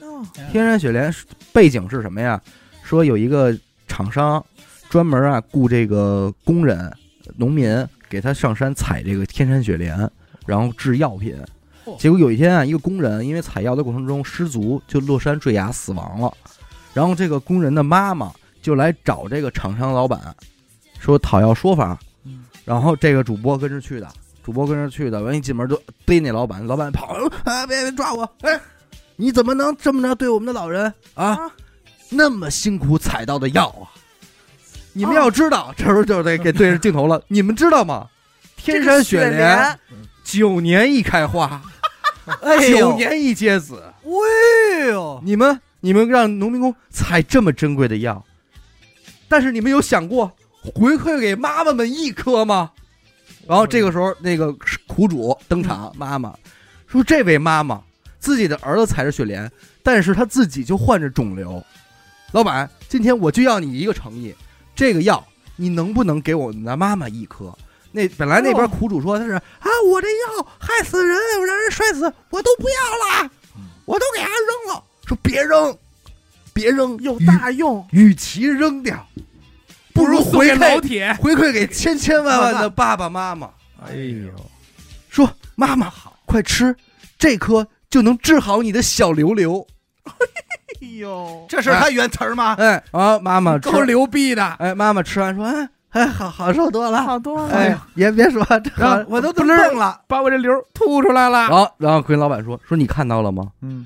C: 哦
A: 天山雪莲是背景是什么呀？说有一个厂商专门啊雇这个工人、农民给他上山采这个天山雪莲，然后制药品
B: 嚯。
A: 结果有一天啊，一个工人因为采药的过程中失足，就落山坠崖死亡了。然后这个工人的妈妈就来找这个厂商老板，说讨要说法
D: 嗯。
A: 然后这个主播跟着去的，主播跟着去的，完一进门就逮那老板，老板跑了，哎，别别抓我，哎，你怎么能这么着对我们的老人啊？
C: 啊
A: 那么辛苦采到的药啊！你们
C: 哦
A: 要知道，这时候就得给对着镜头了。你们知道吗？天山雪
C: 这个
A: 莲九年一开花，
B: 哎
A: 九
B: 呦，
A: 年一结子。
B: 哎呦，
A: 你们你们让农民工采这么珍贵的药，但是你们有想过回馈给妈妈们一颗吗？然后这个时候，那个苦主登场，妈妈说：“这位妈妈自己的儿子采着雪莲，但是他自己就患着肿瘤。老板，今天我就要你一个诚意，这个药你能不能给我们的妈妈一颗？”那本来那边苦主说他是、啊，我这药害死人，我让人摔死，我都不要了，我都给他扔了。说别扔，别扔，
C: 有大用，
A: 与其扔掉，不如
D: 送
A: 回
D: 给老
A: 馈
D: 铁。
A: 回馈给千千万万的爸爸妈妈。
D: 哎呦，
A: 说妈妈好，快吃，这颗就能治好你的小瘤瘤。
C: 哎呦，
B: 这是他原词儿吗？
A: 哎啊，妈妈吃，
D: 够牛逼的。
A: 哎，妈妈吃完说，哎哎，好好受多了。
C: 好多了。
A: 哎，也别说这好。
D: 让
B: 我都
D: 不
B: 都
D: 知
B: 愣了。
D: 把我这瘤吐出来
A: 然
D: 了。
A: 后，然后跟老板说说你看到了吗？
D: 嗯，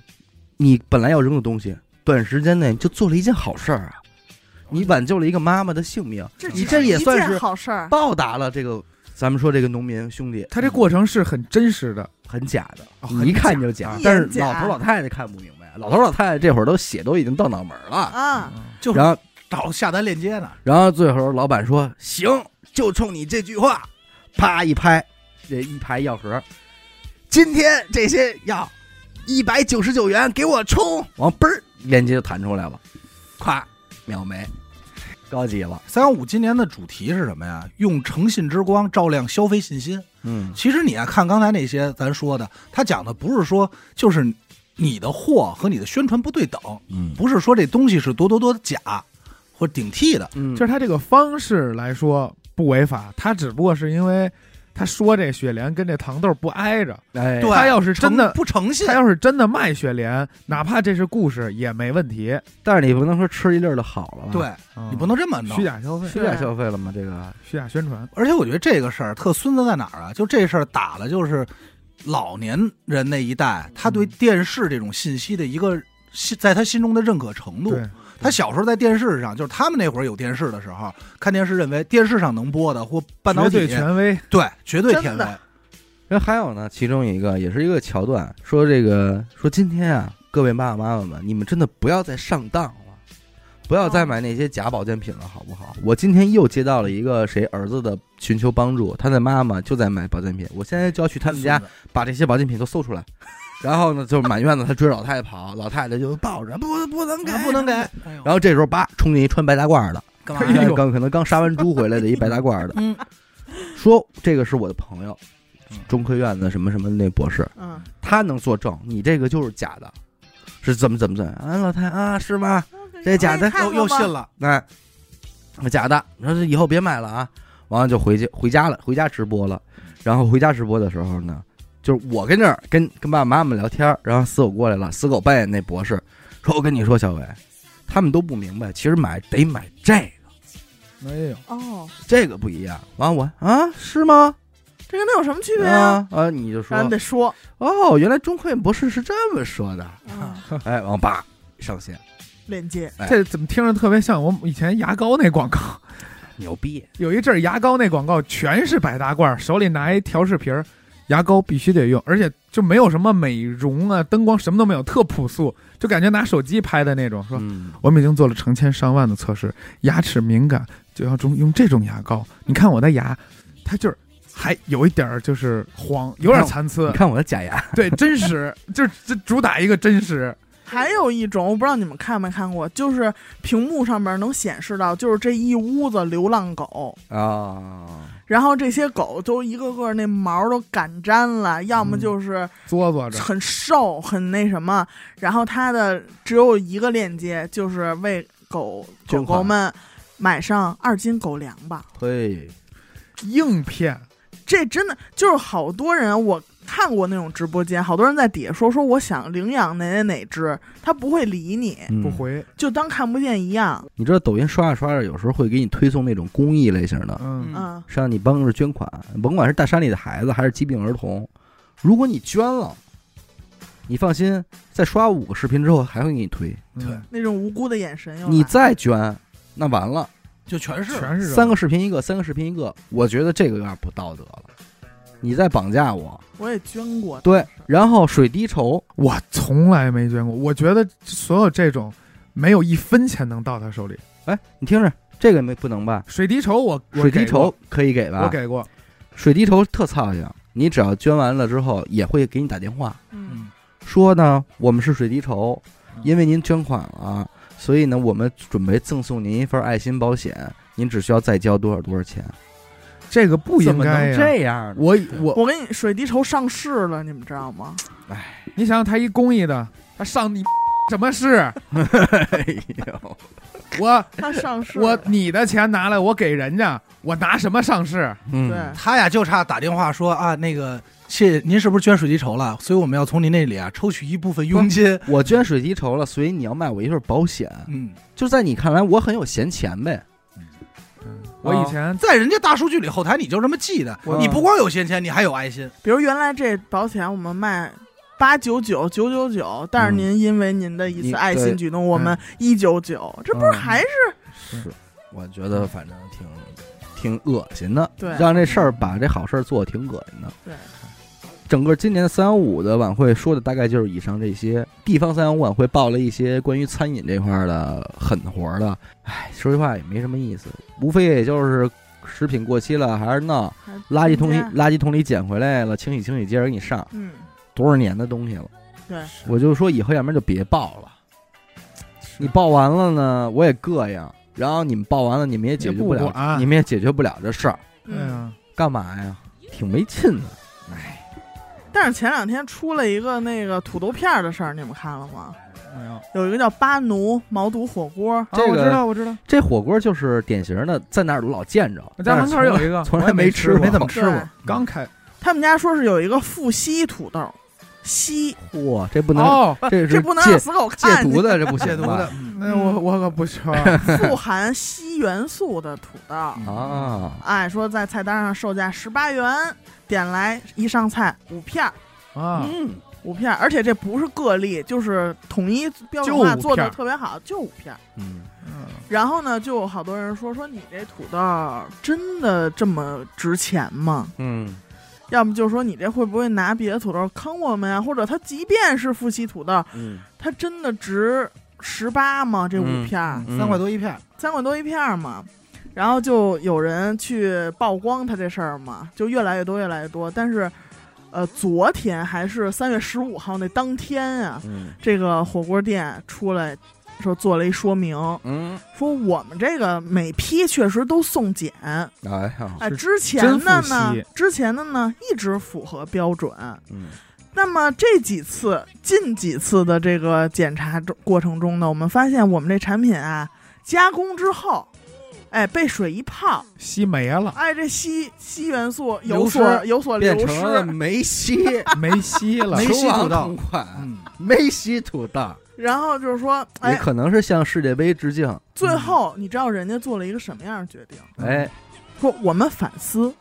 A: 你本来要扔的东西，短时间内就做了一件好事儿啊，你挽救了一个妈妈的性命，
C: 这
A: 你这也
C: 一
A: 算
C: 件
A: 是
C: 好事儿。
A: 报答了这个咱们说这个农民兄弟。嗯
D: 他这过程是很真实的，
A: 很假的，
D: 哦
A: 你一看就假
C: 很。假
A: 但是
C: 一眼
A: 老
C: 假
A: 头老太太看不明白，啊老头老太太这会儿都血都已经到脑门儿了。
C: 啊，
B: 就
A: 然后，
B: 找下单链接呢。
A: 然后最后老板说：“行，就冲你这句话，啪一拍，这一排药盒，今天这些药一百九十九元，给我冲！”往嘣儿链接就弹出来了，咵秒没，高级了。
B: 三幺五今年的主题是什么呀？用诚信之光照亮消费信心。
A: 嗯
B: 其实你啊，看刚才那些咱说的，他讲的不是说就是你的货和你的宣传不对等，
A: 嗯，
B: 不是说这东西是多多多假或者顶替的，
A: 嗯
D: 就是他这个方式来说不违法，他只不过是因为他说这雪莲跟这糖豆不挨着，
A: 哎，
B: 对
D: 他要是真的
B: 诚不诚信
D: 他，要是真的卖雪莲，哪怕这是故事也没问题。
A: 但是你不能说吃一粒儿的好了吧？，
B: 对
D: 嗯
B: 你不能这么弄
D: 虚。假消费、
A: 虚假消费了吗？这个，
D: 虚假宣传，
B: 而且我觉得这个事儿特孙子在哪儿啊？就这事儿打了就是老年人那一代，他对
D: 嗯
B: 电视这种信息的一个信，在他心中的认可程度
D: 对。
B: 他小时候在电视上，就是他们那会儿有电视的时候，看电视认为电视上能播的或半导
D: 绝
B: 体
D: 对权威，
B: 对绝对权
C: 真
B: 威
C: 的，
A: 然后还有呢，其中一个也是一个桥段，说这个说今天啊，各位爸爸妈妈们，你们真的不要再上当了。不要再买那些假保健品了，好不好？我今天又接到了一个谁儿子的寻求帮助，他的妈妈就在买保健品，我现在就要去他们 家
B: 孙子
A: 把这些保健品都搜出来，然后呢，就是满院子他追老太太跑，老太太就抱着不不能给
B: 啊不能给，然
A: 然后这时候叭冲进一穿白大褂的，
B: 干
D: 哎
B: 嘛？
D: 呦
A: 刚可能刚杀完猪回来的一白大褂的，
B: 嗯，
A: 说这个是我的朋友
B: 嗯，
A: 中科院的什么什么那博士，
C: 嗯，
A: 他能作证你这个就是假的，是怎么怎么怎么啊？老太啊是吗？这假的
C: 哎看
B: 又
C: 过
B: 又
C: 吗
B: 信了，
A: 那、假的，你说这以后别买了啊。完了就回去回家了，回家直播了。然后回家直播的时候呢，就是我跟这儿跟跟爸爸妈妈聊天儿，然后死狗过来了，死狗扮演那博士，说我跟你说小伟，他们都不明白，其实买得买这个。
D: 哎呦，
C: 哦，
A: 这个不一样。完我啊，是吗？
C: 这跟那有什么区别啊？
A: 啊啊，你就说
C: 然后你得说，
A: 哦，原来中科院博士是这么说的。
C: 嗯，
A: 哎，王八上线，
C: 链接，
A: 哎
D: 这怎么听着特别像我以前牙膏那广告？
A: 牛逼！
D: 有一阵儿牙膏那广告全是白大褂儿，手里拿一调试瓶儿，牙膏必须得用，而且就没有什么美容啊、灯光什么都没有，特朴素，就感觉拿手机拍的那种。说
A: 嗯，
D: 我们已经做了成千上万的测试，牙齿敏感就要中用这种牙膏。你看我的牙，它就是还有一点儿就是黄，有点儿残
A: 你
D: 次，
A: 看我的假牙，
D: 对，真实，就是这主打一个真实。
C: 还有一种我不知道你们看没看过，就是屏幕上面能显示到，就是这一屋子流浪狗，
A: 啊，
C: 然后这些狗都一个个那毛都赶粘了，要
A: 嗯
C: 么就是
D: 嘬嘬着，
C: 很瘦很那什么，然后它的只有一个链接，就是为狗狗
A: 捐款
C: 狗们买上二斤狗粮吧。
A: 嘿，
D: 硬骗，
C: 这真的就是好多人啊我。看过那种直播间，好多人在底下说说我想领养哪哪哪只，他不会理你，
D: 不
A: 不会。
D: 回，
C: 就当看不见一样。
A: 你知道抖音刷着刷着，有时候会给你推送那种公益类型的，
D: 嗯
B: 嗯
C: 嗯，
A: 是让你帮着捐款，甭管是大山里的孩子还是疾病儿童，如果你捐了，你放心，在刷五个视频之后还会给你推，
D: 对，嗯
C: 那种无辜的眼神又来
A: 你再捐，那完了。
B: 就全是
D: 全是这种
A: 三个视频一个，三个视频一个，我觉得这个有点不道德了。你在绑架我，
C: 我也捐过，
A: 对，然后水滴筹，
D: 我从来没捐过，我觉得所有这种没有一分钱能到他手里。
A: 哎，你听着，这个没不能吧？
D: 水滴筹啊我我
A: 水滴
D: 给
A: 筹
D: 过
A: 可以给吧？
D: 我给过，
A: 水滴筹特操心，你只要捐完了之后，也会给你打电话
C: 嗯，
A: 说呢，我们是水滴筹
B: 嗯，
A: 因为您捐款了，所以呢，我们准备赠送您一份爱心保险，您只需要再交多少多少钱。
D: 这个不
A: 怎
D: 应
A: 么
D: 该
A: 能
D: 呀。
A: 这样呢？
D: 我我
C: 我跟你水滴筹上市了，你们知道吗？
D: 你想想，他一公益的，他上你 什么事？
A: 哎呦，
D: 我
C: 它上市了，
D: 我你的钱拿来，我给人家，我拿什么上市？
A: 嗯
C: 对
B: 他呀，就差打电话说啊，那个谢谢您是不是捐水滴筹了？所以我们要从您那里啊抽取一部分佣金。
A: 我捐水滴筹了，所以你要卖我一份保险，
B: 嗯，
A: 就在你看来，我很有闲钱呗。嗯
D: 我以
A: 哦
D: 前
B: 在人家大数据里后台你就这么记的，
A: 我
B: 你不光有闲钱，你还有爱心。
C: 比如原来这保险我们卖。八九九九九九，但是
A: 嗯
C: 您因为您的一
A: 你
C: 次爱
A: 对嗯
C: 心举动，我们一九九，这不是还是
A: 是，我觉得反正挺挺恶心的，
C: 对
A: 让这事儿把这好事儿做得挺恶心的。
C: 对，
A: 整个今年的三幺五的晚会说的大概就是以上这些，地方三幺五晚会报了一些关于餐饮这块儿的狠活儿的，唉，说实话也没什么意思，无非也就是食品过期了还是闹，
C: 还
A: 垃圾桶里
C: 增加
A: 垃圾桶里捡回来了，清洗清洗，接着给你上，
C: 嗯，
A: 多少年的东西了。
C: 对，
A: 我就说以后要不然就别报了。你报完了呢，我也膈应，然后你们报完了，你们也解决
D: 也
A: 了，
D: 不管
A: 你们也解决不了这事儿，
D: 哎
C: 嗯，
D: 呀，
A: 干嘛呀？挺没劲的。
C: 但是前两天出了一个那个土豆片儿的事儿，你们看了吗？
D: 没有。
C: 有一个叫巴奴毛肚火锅，
A: 嗯这
D: 啊，我
A: 个
D: 知道，我知道，
A: 这火锅就是典型的，在哪儿都老见着。
D: 我家门口有一个，
A: 从
D: 我
A: 来
D: 也
A: 没吃
D: 吃
A: 过
D: 过
B: 没怎么 吃
C: 对
B: 过，
D: 刚开
C: 他们家说是有一个富硒土豆，硒
A: 哇，这不能，
D: 哦，
A: 这
C: 这
A: 是
C: 不能
A: 戒
C: 让死狗
A: 戒
C: 看
A: 毒
C: 见，
A: 的，这不行吧
B: 戒毒的，嗯
D: 那我我可不吃。
C: 富含硒元素的土豆。
A: 啊。
C: 哎，说在菜单上售价十八元，点来一上菜五片儿，
D: 啊，
A: 嗯，
C: 五片儿，而且这不是个例，就是统一标准化
D: 就五片儿
C: 做的特别好，就五片儿。
A: 嗯，
D: 嗯
C: 然后呢，就有好多人说说你这土豆真的这么值钱吗？
A: 嗯，
C: 要么就说你这会不会拿别的土豆坑我们呀？或者它即便是富硒土豆，
A: 嗯，
C: 它真的值十八吗？这五片儿、
A: 嗯
B: 三块多一片，
C: 三块多一片儿嘛。然后就有人去曝光它这事儿嘛，就越来越多，越来越多。但是，呃，昨天还是三月十五号那当天啊，
A: 嗯，
C: 这个火锅店出来说做了一说明，
A: 嗯，
C: 说我们这个每批确实都送检，
A: 哎呀，
C: 哎，
D: 是
C: 之前的呢
D: 真复习，
C: 之前的呢一直符合标准。
A: 嗯，
C: 那么这几次近几次的这个检查中过程中呢，我们发现我们这产品啊，加工之后，哎，被水一泡，
D: 吸没了，
C: 哎，这硒硒元素有
A: 流
C: 所
A: 失
C: 有所
A: 变
C: 流
A: 成了
C: 失，
A: 梅西，
D: 没吸了
B: 没，
A: 球
B: 西
A: 王
B: 土豆
A: 同款，
B: 嗯，
A: 梅西土豆，
C: 然后就是说，
A: 也嗯
C: 哎，
A: 可能是向世界杯致敬。
C: 最后你知道人家做了一个什么样的决定？
A: 哎，
C: 说我们反思，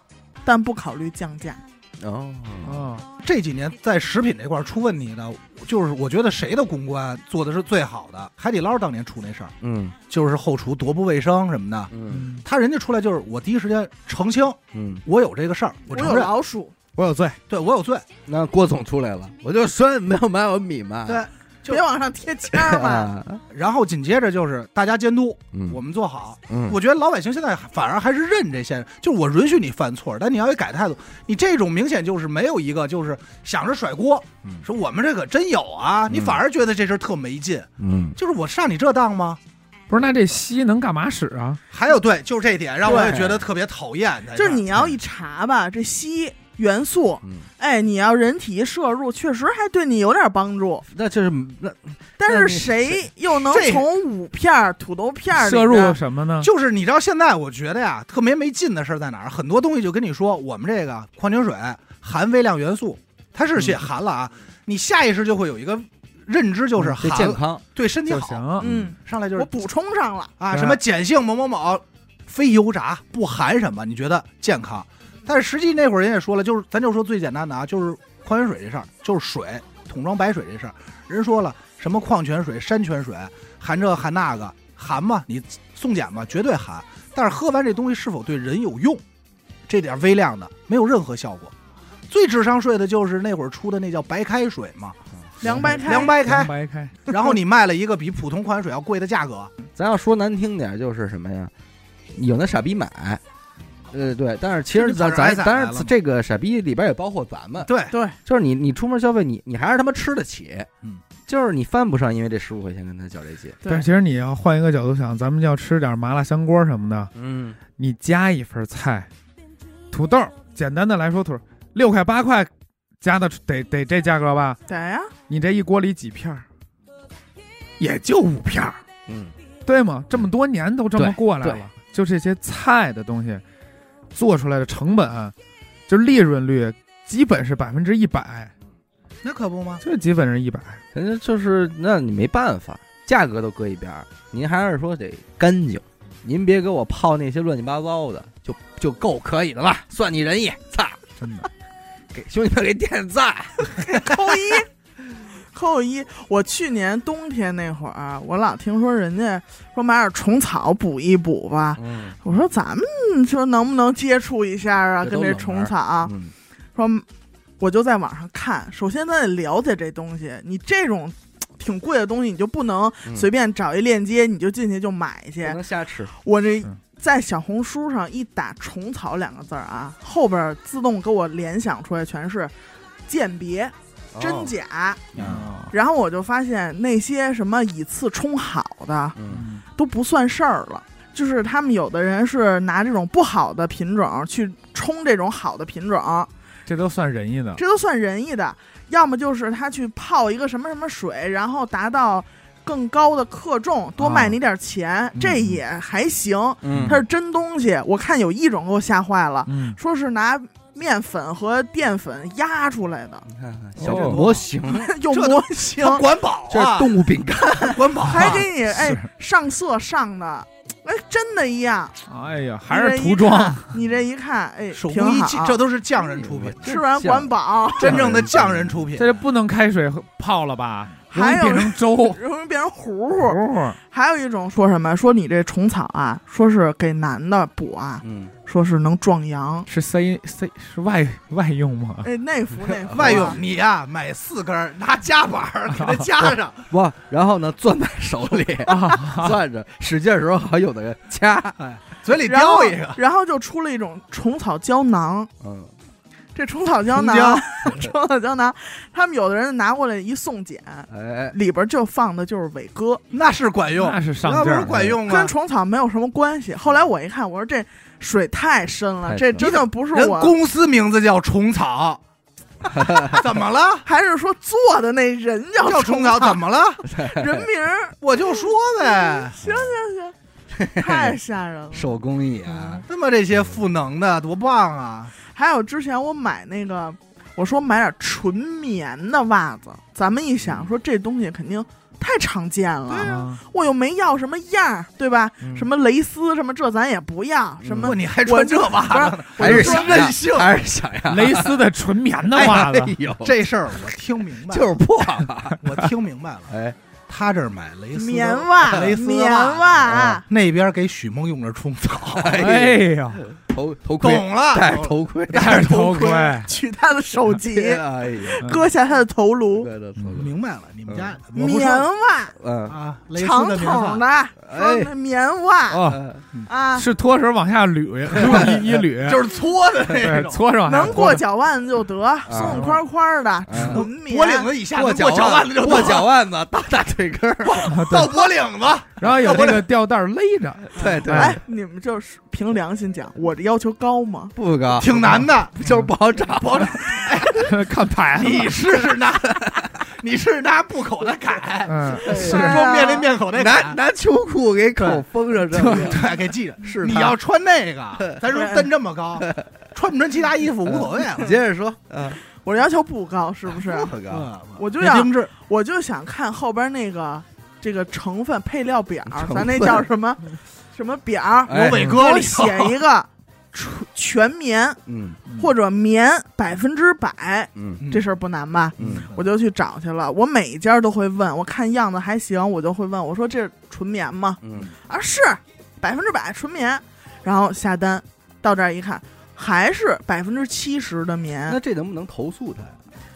C: 但不考虑降价。
A: 哦，
D: 啊，
B: 这几年在食品这块儿出问题的，就是我觉得谁的公关做的是最好的？海底捞当年出那事儿，
A: 嗯
B: 就是后厨多不卫生什么的，
A: 嗯
D: 嗯，
B: 他人家出来就是我第一时间澄清，
A: 嗯，
B: 我有这个事儿，
C: 我
B: 承
C: 有
B: 认，
C: 老鼠，
D: 我有罪，
B: 对我有罪，
A: 那郭总出来了，我就说你没有买我米嘛，
B: 对。就
C: 别往上贴签儿嘛。
A: 啊，
B: 然后紧接着就是大家监督，
A: 嗯，
B: 我们做好。
A: 嗯，
B: 我觉得老百姓现在反而还是认这些，就是我允许你犯错，但你要有改态度。你这种明显就是没有一个就是想着甩锅
A: 嗯，
B: 说我们这可真有啊，你
A: 嗯
B: 反而觉得这事儿特没劲。
A: 嗯，
B: 就是我上你这当吗？
D: 不是那这吸能干嘛使啊？
B: 还有对，就是这一点让我也
A: 对
B: 觉得特别讨厌。在
C: 就
B: 这儿
C: 是你要一查吧，这硒元素，
A: 嗯，
C: 哎，你要人体摄入，确实还对你有点帮助。
A: 那就是那
B: 嗯
C: 但
A: 那
C: 是
A: 你
C: 谁又能
B: 这
C: 从五片儿土豆片儿里
D: 摄入
C: 边
D: 什么呢？
B: 就是你知道现在我觉得呀，特别没劲的事儿在哪儿？很多东西就跟你说，我们这个矿泉水含微量元素，它是
A: 嗯
B: 写含了啊，你下意识就会有一个认知，就是
A: 嗯对
B: 含
A: 健康，
B: 对身体
D: 就
B: 好。
D: 行，
C: 嗯，
B: 上来就
C: 我
B: 是
C: 补充上了，
B: 啊，
D: 对
B: 什么碱性某某某，非油炸，不含什么，你觉得健康？但是实际那会儿人也说了，就是咱就说最简单的啊，就是矿泉水这事儿，就是水，桶装白水这事儿，人说了什么矿泉水、山泉水含这含那个，含吗？你送检吧，绝对含。但是喝完这东西是否对人有用，这点微量的没有任何效果。最智商税的就是那会儿出的那叫白开水嘛，
C: 凉白开，
B: 凉白
D: 凉
B: 开，
D: 白开，
B: 然后你卖了一个比普通矿泉水要贵的价格，
A: 咱要说难听点，就是什么呀？有那傻逼买，呃，对，但是其实
B: 就
A: 咱
B: 跑着
A: 咱
B: 挨宰
A: 当
B: 来了
A: 然
B: 嘛
A: 这个傻逼里边也包括咱们，
B: 对，
C: 对，
A: 就是你你出门消费，你你还是他妈吃得起，
B: 嗯，
A: 就是你犯不上因为这十五块钱跟他较这劲，
C: 对
D: 但其实你要换一个角度想，咱们要吃点麻辣香锅什么的，
A: 嗯，
D: 你加一份菜，土豆，简单的来说，土豆六块八块加的得得这价格吧？
C: 对呀、
D: 你这一锅里几片儿？也就五片儿，
A: 嗯，
D: 对吗？这么多年都这么
A: 对
D: 过来
A: 对
D: 了，就这些菜的东西做出来的成本，就利润率基本是百分之一百，
B: 那可不吗？
D: 就基本是一百。
A: 人家就是那你没办法，价格都搁一边儿，您还是说得干净，您别给我泡那些乱七八糟的，就就够可以的了，算你仁义，操，
D: 真的，
A: 给兄弟们给点赞，
C: 扣一，扣一。我去年冬天那会儿，啊我老听说人家说买点虫草补一补吧，
A: 嗯
C: 我说咱们说能不能接触一下啊，
A: 这
C: 跟
A: 都
C: 这
A: 冷门
C: 虫
A: 儿
C: 草、
A: 嗯
C: 说我就在网上看，首先咱得了解这东西，你这种。挺贵的东西，你就不能
A: 嗯
C: 随便找一链接你就进去就买去。
A: 不能瞎吃，
C: 我这
D: 嗯
C: 在小红书上一打“虫草”两个字儿啊，后边儿自动给我联想出来全是鉴别真
A: 哦，
C: 假，
D: 嗯
A: 啊
C: 然后我就发现那些什么以次充好的
A: 嗯。
C: 都不算事儿了。就是他们有的人是拿这种不好的品种去冲这种好的品种，
D: 这都算仁义的。
C: 这都算仁义的。要么就是他去泡一个什么什么水，然后达到更高的克重，多卖你点钱，这也还行。
A: 嗯
C: 它是真东西，我看有一种给我吓坏了，
D: 嗯，
C: 说是拿面粉和淀粉压出来的，
A: 你看看小
D: 哦
A: 模型，
C: 有
B: 嗯这
C: 模型，
B: 它管饱
A: 这是
B: 啊，
A: 动物饼干，
B: 管饱啊，
C: 还给你哎
D: 是
C: 上色上的，哎真的一样，
D: 哎呀，还是涂装，
C: 你这一看，你这一看哎，
B: 手
C: 挺
B: 工艺技
C: 好，
B: 这都是匠人
A: 哎
B: 出品，
C: 吃完管饱，
B: 真正的匠人出品。
D: 这就不能开水泡了吧？容易
C: 还有
D: 变成
B: 哦
D: 粥。
C: 容易变成糊糊。
D: 哦
C: 还有一种说什么，说你这虫草啊，说是给男的补啊，
A: 嗯，
C: 说是能壮阳，
D: 是塞塞是外外用吗？
C: 哎内服内服
B: 外用你呀、买四根儿，拿夹板儿给它夹上，
A: 哇，然后呢，攥在手里， 攥着，使劲儿的时候还有的人掐，
B: 嘴里
C: 然后
B: 叼一个。
C: 然后就出了一种虫草胶囊。
A: 嗯，
C: 这虫草胶
B: 虫胶
C: 囊，虫草胶囊，他们有的人拿过来一送检，
A: 哎，
C: 里边就放的就是伟哥，
B: 那是管用，
D: 那是上
B: 哎那不
D: 劲
B: 是
D: 儿，
B: 管用吗
C: 跟？虫草没有什么关系。后来我一看，我说这水太深了，
A: 太
C: 这
A: 深
C: 真的不是
B: 人
C: 我，
B: 公司名字叫虫草，怎么了？
C: 还是说做的那人叫
B: 叫虫草怎么了？
C: 人名 儿？
B: 我就说呗，
C: 行行行，太吓人了。
A: 手工艺啊，
B: 这么这些赋能的多棒啊！
C: 还有之前我买那个，我说买点纯棉的袜子，咱们一想说这东西肯定太常见了，
D: 啊
C: 我又没要什么样儿，对吧？
A: 嗯
C: 什么蕾丝什么这咱也不要，什么
B: 不，嗯你还穿这袜子呢？
A: 还是
B: 说
A: 想
B: 任
A: 要
B: 性
A: 还是想 要
D: 啊蕾丝的纯棉的袜子，
A: 哎呦，
B: 这事儿我听明白了，
A: 就是破了，
B: 我听明白了。
A: 哎，
B: 他这儿买蕾丝的
C: 棉袜、
B: 蕾丝的
C: 棉
A: 袜
C: 袜啊
A: 子，
B: 那边给许梦用着虫草，
D: 哎呦，
A: 头头盔
B: 懂了？
A: 戴着头盔，
D: 戴着头盔，
B: 啊嗯
C: 取他的手 机，
A: 哎呀，
C: 割下他的头颅，
A: 戴着头盔，
B: 明白了，你们家啊我不
C: 棉
B: 说
C: 袜
A: 嗯，
B: 啊，蕾丝
C: 长
B: 的棉
C: 筒
B: 袜
C: 的，
A: 哎
C: 说棉袜
D: 哦，
A: 呃
C: 啊，
D: 是脱手往下 捋，捋一一捋，
B: 就是哎搓的那
D: 对，
B: 种，
D: 搓手往下
C: 能过
D: 搓
C: 脚腕子就
B: 啊
C: 得，松宽宽的，纯棉
B: 脖领子以下
A: 嗯过
B: 能嗯过脚
A: 腕
B: 腕子就
A: 过
B: 到
A: 脚腕子，到大腿根 儿，
B: 到脖领子，
D: 然后有那个吊带儿勒着，
A: 对对，
C: 哎，你们就是凭良心讲，我这要求高吗？
A: 不高，嗯
B: 挺难的。
A: 就是不好找，不好找，
D: 看牌子，
B: 你试试拿， 你试试拿布口的改，
D: 嗯，
B: 是
C: 对啊
B: 说面对面口的
A: 拿
B: 改，
A: 拿秋裤给口封上，这个
B: 对，给记着。
A: 是
B: 你
A: 他
B: 要穿那个，咱说
C: 对
B: 蹬这么高，穿不穿其他衣服无所谓
A: 你
B: 了。
A: 接着说，嗯，
C: 我要求不高，是不 是？
A: 不高，
B: 嗯
C: 我就
B: 别
C: 要
B: 精致，
C: 我就想看后边那个这个成分配料表
A: 成，分
C: 咱那叫 什么什么表儿，
A: 哎
B: 有伟
C: 给
B: 哥
C: 我
B: 里
C: 写一个纯全棉
A: 嗯
C: 或者棉百分之百，
A: 嗯
C: 这事儿不难吧？
A: 嗯，
C: 我就去找去了，我每一家都会问，我看样子还行，我就会问我说这是纯棉吗？
A: 嗯，
C: 啊，是百分之百纯棉，然后下单，到这儿一看还是百分之七十的
A: 那
C: 棉，
A: 这能不能投诉他呀？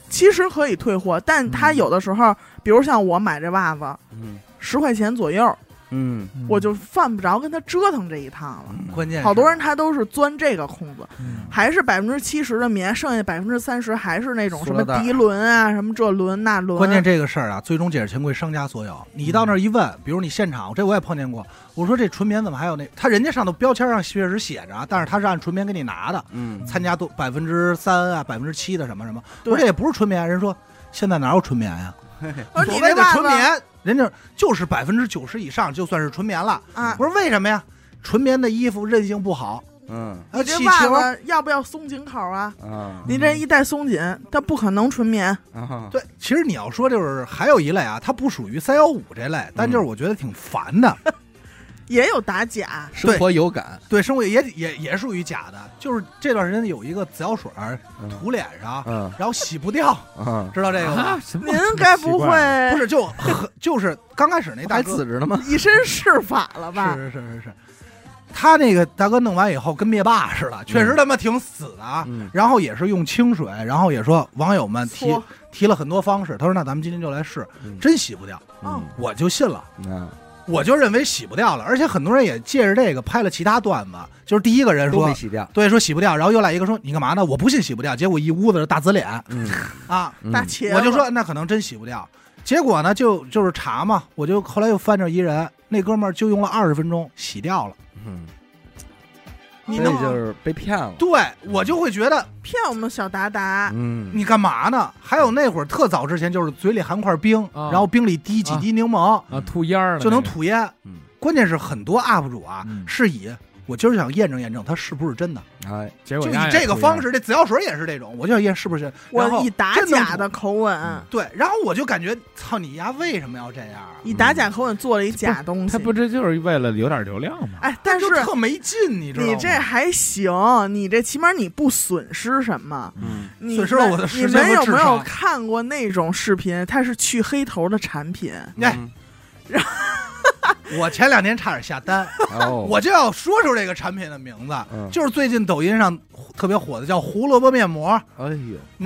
C: 其实可以退货，但它
D: 嗯
C: 有的时候，比如像我买这袜子。
A: 嗯
C: 十块钱左右，
A: 嗯，
C: 我就犯不着跟他折腾这一趟了。
B: 关嗯键是
C: 好多人他都是钻这个空子，
D: 嗯
C: 还是百分之七十的棉，剩下百分之三十还是那种
A: 塑
C: 什
A: 料
C: 么
A: 袋儿
C: 涤纶啊，什么这纶那纶。
B: 关键这个事儿啊，最终解释权归商家所有。你到那儿一问，比如你现场，这我也碰见过。我说这纯棉怎么还有那？他人家上头标签上确实写着啊，但是他是按纯棉给你拿的，
A: 嗯
B: 参加多百分之三啊，百分之七的什么什么。我
C: 对
B: 说这也不是纯棉，啊人说现在哪有纯棉呀、
C: 而
B: 所
C: 你
B: 谓
C: 这
B: 的
C: 袜
B: 纯
C: 子
B: 棉，人家就是百分之九十以上就算是纯棉了。
C: 啊，
B: 我说为什么呀？纯棉的衣服韧性不好，
A: 嗯
B: 啊，
C: 你这
B: 气球
C: 袜子要不要松紧口啊？
A: 啊
C: 你
B: 嗯
C: 这一带松紧，它不可能纯棉。
A: 啊，
B: 对，其实你要说就是还有一类啊，它不属于三幺五这类，但
C: 嗯
B: 就是我觉得挺烦的。
C: 也有打 假，
A: 生活有感，
B: 对，生活也也也属于假的，就是这段时间有一个紫药水儿
A: 嗯
B: 涂脸上，
A: 嗯
B: 然后洗不掉，
A: 嗯，
B: 知道 这个吗？
D: 啊，什么
C: 您该不会
B: 不是，就很就是刚开始那大
A: 还
B: 哥
A: 死着呢吗？
C: 以身试法了吧？
B: 是是是是是，他那个大哥弄完以后跟灭霸似的，确实他妈挺死的啊。
A: 嗯
B: 然后也是用清水，然后也说网友们提
C: 搓
B: 提了很多方式，他说那咱们今天就来试，
A: 嗯
B: 真洗不掉，
A: 嗯
B: 我就信了。
A: 嗯，
B: 我就认为洗不掉了，而且很多人也借着这个拍了其他段子，就是第一个人
A: 都
B: 说
A: 没洗掉，
B: 对，说洗不掉，然后又来一个说你干嘛呢？我不信洗不掉，结果一屋子是大紫脸
A: 嗯，
B: 啊，
A: 嗯
C: 大茄子，
B: 我就说那可能真洗不掉。结果呢，就就是查嘛，我就后来又翻着一人，那哥们儿就用了二十分钟洗掉了，
A: 嗯，
B: 你
A: 所
B: 能
A: 以
C: 啊
A: 就是被骗了。
B: 对我就会觉得
C: 骗我们小达达，
A: 嗯，
B: 你干嘛呢？还有那会儿特早之前，就是嘴里含块冰，
D: 啊
B: 然后冰里滴几滴柠檬，
D: 啊，吐烟儿了
B: 就能
D: 那个
B: 吐烟。
A: 嗯
B: 关键是很多 UP 主啊，
D: 嗯
B: 是以我今儿想验证验证它是不是真的，
A: 哎，
D: 结
B: 就
D: 果
B: 以
D: 丫也
B: 这
D: 吐
B: 个
D: 烟
B: 方
D: 儿，
B: 式，这紫药水也是这种，我就想验是不是真。然
C: 我
B: 后
C: 以打
B: 真能
C: 假的口吻
A: 嗯，
B: 对，然后我就感觉，操你丫为什么要这样啊？
C: 以打假口吻做了一假东西
D: 他。不这就是为了有点流量吗？
C: 哎，但是
B: 就特没劲，你知道吗？
C: 你这还行，你这起码你不损失什么。
A: 嗯，
C: 你
B: 损失了
C: 们
B: 我的时
C: 你
B: 间
C: 们
B: 和
C: 有
B: 智
C: 没有
B: 商
C: 看过那种视频？它是去黑头的产品，
B: 哎
A: 嗯
B: 我前两天差点下单，
A: 哦，
B: 我就要说出这个产品的名字，
A: 嗯
B: 就是最近抖音上特别火的叫胡萝卜面膜，
A: 哎呦，
B: 你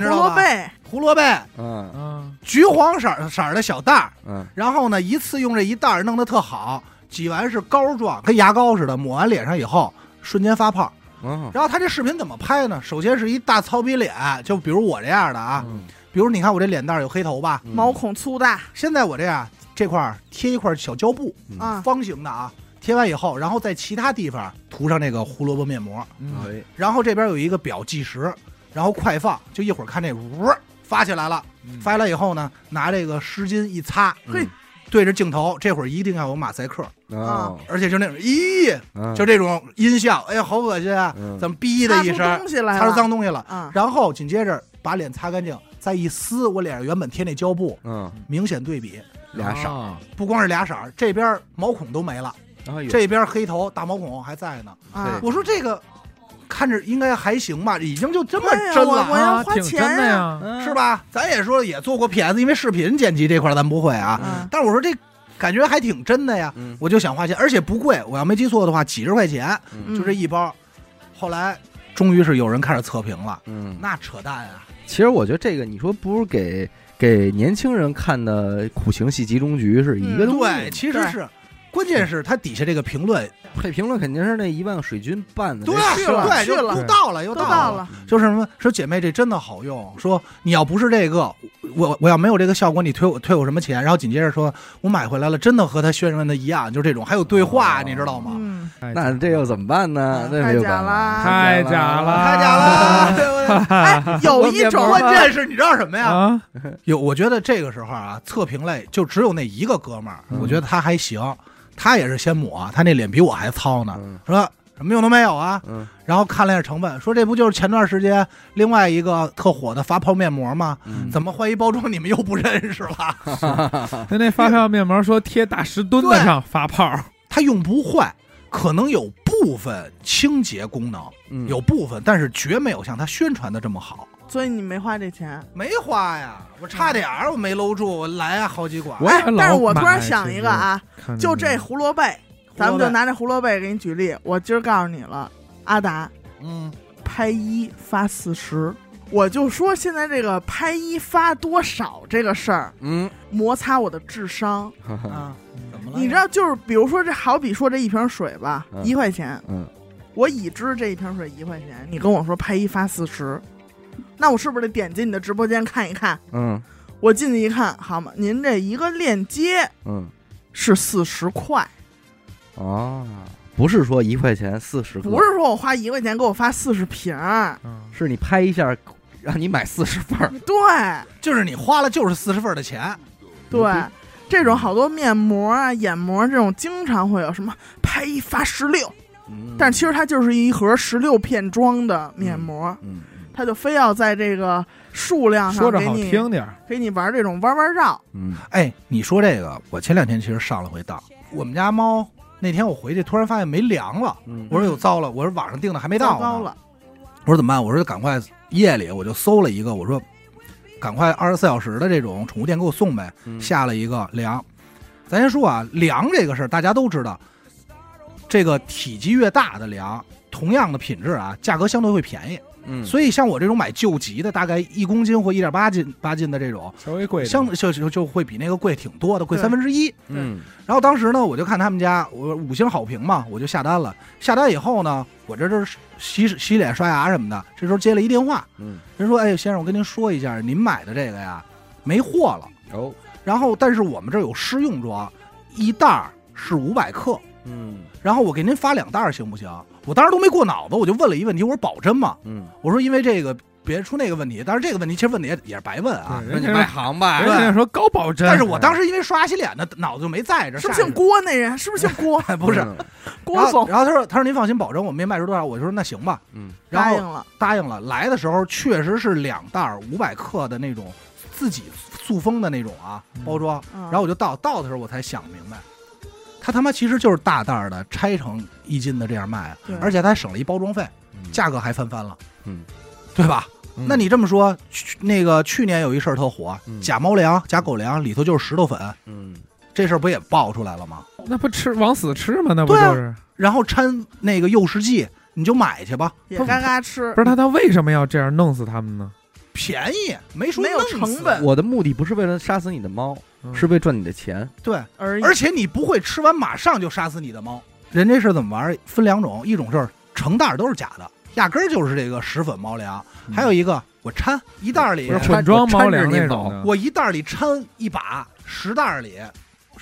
C: 胡
B: 知道
C: 萝
B: 吧？
C: 卜，
B: 胡萝卜，
A: 嗯
D: 啊，
B: 橘黄色儿色儿的小袋儿，
A: 嗯，
B: 然后呢，一次用这一袋儿弄得特好，挤完是膏状，跟牙膏似的，抹完脸上以后瞬间发泡。
A: 哦，
B: 然后他这视频怎么拍呢？首先是一大糙逼脸，就比如我这样的啊，
D: 嗯
B: 比如你看我这脸蛋儿有黑头吧，
A: 嗯
C: 毛孔粗大
B: 现在我这样这块儿贴一块小胶布，
A: 嗯
C: 啊，
B: 方形的啊，贴完以后，然后在其他地方涂上那个胡萝卜面膜，
D: 嗯
A: 哎，
B: 然后这边有一个表计时，然后快放，就一会儿看这呜发起来了，
D: 嗯
B: 发起来以后呢，拿这个湿巾一擦，
A: 嗯
C: 嘿
B: 对着镜头，这会儿一定要有马赛克，
A: 哦，
B: 而且就那种咦，
A: 嗯
B: 啊就这种音效，哎呀，好恶心啊，
A: 嗯
B: 怎么逼的
C: 擦
B: 一
C: 出
B: 声，
C: 东西来
B: 擦出
C: 了
B: 脏东西了，
C: 啊，
B: 然后紧接着把脸擦干净，再一撕，我脸上原本贴那胶布，
A: 嗯，
B: 明显对比。
A: 俩色儿，
D: 啊
B: 不光是俩色儿，这边毛孔都没了，
A: 哎呦，
B: 这边黑头大毛孔还在呢。
C: 啊
A: 对
B: 我说这个看着应该还行吧，已经就这么
C: 对呀
B: 真
C: 我
B: 了，
C: 我要
D: 啊
C: 花
D: 挺
C: 钱
D: 真的
C: 呀
D: 呀，
A: 嗯
B: 是？吧？咱也说也做过 PS，因为视频剪辑这块儿咱不会啊，
C: 啊
B: 但是我说这感觉还挺真的呀，
A: 嗯，
B: 我就想花钱，而且不贵，我要没记错的话，几十块钱
A: 嗯
B: 就这一包。后来终于是有人开始测评了，
A: 嗯，
B: 那扯淡啊！
A: 其实我觉得这个你说不是给给年轻人看的苦情戏集中局是一个
C: 嗯
A: 东西吗，
B: 对，其实
C: 对
B: 是。关键是它底下这个评论，
A: 配评论肯定是那一万个水军办的，
B: 对啊
A: 这事儿啊嗯
B: 对，就
C: 去了
B: 都到了，又
C: 都
B: 到
C: 到了，
B: 就是什么说姐妹这真的好用，说你要不是这个，我我要没有这个效果，你退我退我什么钱？然后紧接着说我买回来了，真的和他宣传的一样，就这种，还有对话，
A: 哦
B: 你知道吗？
C: 嗯，
A: 那这又怎么办呢？那
C: 太
A: 没有
C: 假
A: 办法
D: 太假了啊
B: 太假了！对 不对
C: 哎，有一种
B: 关键是你知道什么哎呀？
D: 啊，
A: 嗯
B: 有，我觉得这个时候啊，测评类就只有那一个哥们儿，
A: 嗯
B: 我觉得他还行，他也是先抹，他那脸比我还糙呢，
A: 嗯
B: 说什么用都没有啊。
A: 嗯
B: 然后看了一下成分，说这不就是前段时间另外一个特火的发泡面膜吗？
A: 嗯，
B: 怎么换一包装你们又不认识了？
D: 他那发票面膜说贴大石墩子上发泡儿，
B: 它用不坏，可能有部分清洁功能，
A: 嗯
B: 有部分，但是绝没有像它宣传的这么好。
C: 所以你没花这钱。
B: 没花呀，我差点儿我没搂住，我来啊好几管。
D: 我也
C: 哎，但是
D: 老
C: 我突然
D: 买
C: 想
D: 其
C: 一
D: 实
C: 个啊，
D: 看
C: 就
D: 着
C: 这胡萝卜，咱们就拿这胡萝卜给你举例。我今儿告诉你了，阿达
B: 嗯，
C: 拍一发四十，我就说现在这个拍一发多少这个事儿，
A: 嗯，
C: 摩擦我的智商。
A: 哈哈
B: 啊，怎么了？
C: 你知道，就是比如说这好比说这一瓶水吧，
A: 嗯
C: 一块钱，
A: 嗯，
C: 我已知这一瓶水一块钱，你跟我说拍一发四十，那我是不是得点进你的直播间看一看？
A: 嗯
C: 我进去一看，好嘛，您这一个链接
A: 嗯
C: 是四十块。
A: 啊，不是说一块钱四十，
C: 不是说我花一块钱给我发四十瓶儿，
D: 嗯
A: 是你拍一下，让你买四十份儿，
C: 对
B: 就是你花了就是四十份儿的钱，
C: 对，
B: 嗯
C: 这种好多面膜啊、眼膜这种，经常会有什么拍一发十六，
A: 嗯
C: 但其实它就是一盒十六片装的面膜，
A: 嗯嗯
C: 它就非要在这个数量
D: 说
C: 上
D: 着
C: 给
D: 好
C: 你
D: 听点儿，
C: 给你玩这种弯弯绕，
A: 嗯
B: 哎，你说这个，我前两天其实上了回当，我们家猫那天我回去突然发现没粮了，
A: 嗯，
B: 我说有糟了，我说网上订的还没
C: 糟
B: 到呢
C: 糕了，
B: 我说怎么办？我说赶快夜里我就搜了一个，我说赶快二十四小时的这种宠物店给我送呗。
A: 嗯
B: 下了一个粮，咱先说啊，粮这个事儿大家都知道，这个体积越大的粮，同样的品质啊，价格相对会便宜。
A: 嗯，
B: 所以像我这种买旧级的，大概一公斤或一点八斤八斤的这种，
D: 稍微贵一点
B: 相就就就会比那个贵挺多的，贵三分之一。
A: 嗯
B: 然后当时呢，我就看他们家，我五星好评嘛，我就下单了。下单以后呢，我这这洗洗脸、刷牙什么的，这时候接了一电话，
A: 嗯
B: 人说：“哎，先生，我跟您说一下，您买的这个呀，没货了。
A: 哦
B: 然后，但是我们这儿有试用装，一袋儿是五百克，
A: 嗯
B: 然后我给您发两袋儿行不行？我当时都没过脑子，我就问了一问题，我说保真吗？
A: 嗯，
B: 我说因为这个别出那个问题，但是这个问题其实问的也也是白问啊。
A: 那
D: 人
A: 你
D: 家
A: 卖
D: 说
A: 行吧
D: 人，家说高保真，
B: 但是我当时因为刷洗脸呢，脑子就没在这，
C: 是不是
B: 下
C: 姓
B: 意识？
C: 郭那人？是不是姓 郭？
B: 不 是，
A: 嗯，
C: 郭总
B: 然后然后他说他说您放心，保证我没卖出多少。我就说那行吧，
A: 嗯
B: 然
C: 答
B: 后
C: 应了，
B: 答应了。来的时候确实是两袋儿五百克的那种自己塑封的那种啊
D: 嗯
B: 包装，
C: 嗯
B: 然后我就到到的时候我才想明白，他他妈其实就是大袋儿的拆成一斤的这样卖啊
C: 对，
B: 而且他还省了一包装费，
A: 嗯
B: 价格还翻番了，
A: 嗯，
B: 对吧？
A: 嗯
B: 那你这么说，去那个去年有一事儿特火
A: 嗯，
B: 假猫粮、假狗粮里头就是石头粉，
A: 嗯
B: 这事儿不也爆出来了吗？
D: 那不吃往死吃吗？那不
B: 对啊
D: 就是？
B: 然后掺那个诱食剂，你就买去吧，
C: 也嘎嘎吃
D: 不，是他他为什么要这样弄死他们呢？
B: 便宜，没说
C: 没有
B: 弄死
C: 成本
A: 我的目的不是为了杀死你的猫，
D: 嗯
A: 是为赚你的钱。
B: 对，
C: 而已
B: 而且你不会吃完马上就杀死你的猫。人这事儿怎么玩儿？分两种，一种是成袋儿都是假的，压根儿就是这个石粉猫粮；还有一个我掺一袋儿里
D: 嗯不，是
A: 掺
D: 混装
A: 我掺
D: 猫
A: 着
D: 粮
A: 你
D: 那
A: 走
D: 种的，
B: 我一袋儿里掺一把，十袋儿里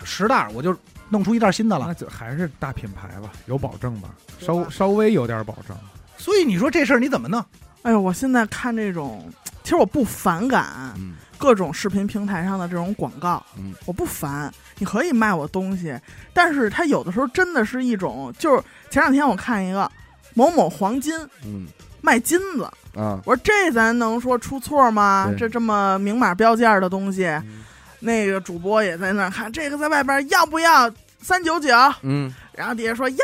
B: 十袋儿我就弄出一袋儿新的了。
D: 那就还是大品牌吧，有保证吧，稍稍微有点保证。
B: 所以你说这事儿你怎么弄？
C: 哎呦，我现在看这种，其实我不反感
A: 嗯
C: 各种视频平台上的这种广告，
A: 嗯
C: 我不烦，你可以卖我东西，但是它有的时候真的是一种，就是前两天我看一个某某黄金
A: 嗯
C: 卖金子，
A: 啊，
C: 我说这咱能说出错吗
A: 对？
C: 这这么明码标价的东西，
A: 嗯
C: 那个主播也在那儿看，这个在外边要不要三九九？
A: 嗯，
C: 然后底下说要，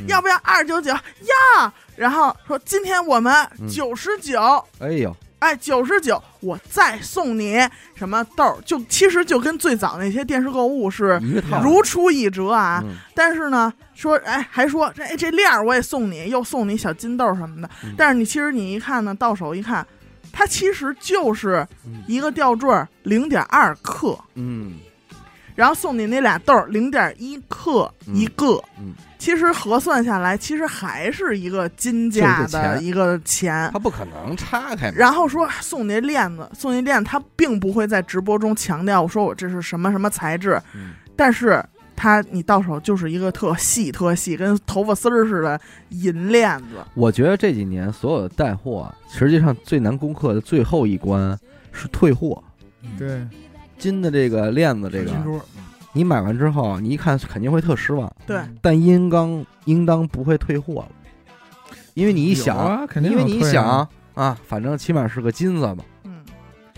A: 嗯
C: 要不要二九九？要，然后说今天我们
A: 嗯
C: 九十九。
A: 哎呦，
C: 哎，九十九，我再送你什么豆儿？就其实就跟最早那些电视购物是
A: 一个套
C: 如出一辙啊。
A: 嗯
C: 但是呢，说哎，还说这哎这链儿我也送你，又送你小金豆儿什么的。
A: 嗯
C: 但是你其实你一看呢，到手一看，它其实就是
A: 嗯
C: 一个吊坠零点二克，
A: 嗯
C: 然后送你那俩豆儿零点一克
A: 嗯
C: 一个。
A: 嗯
C: 其实核算下来，其实还是一个金价
A: 就是这
C: 的
A: 钱
C: 一个钱。
A: 他不可能岔开嘛。
C: 然后说送你那链子，送你链子，他并不会在直播中强调我说我这是什么什么材质，
A: 嗯
C: 但是它你到手就是一个特细特细，跟头发丝儿似的银链子。
A: 我觉得这几年所有的带货啊，实际上最难攻克的最后一关是退货。
D: 对，
A: 金的这个链子，这
D: 金
A: 个
D: 珠
A: 你买完之后，你一看肯定会特失望，
C: 对，
D: 嗯
A: 但应当应当不会退货了，因为你一想，
D: 有啊，肯定
A: 因为你
D: 有退啊
A: 想啊，反正起码是个金子嘛，
C: 嗯，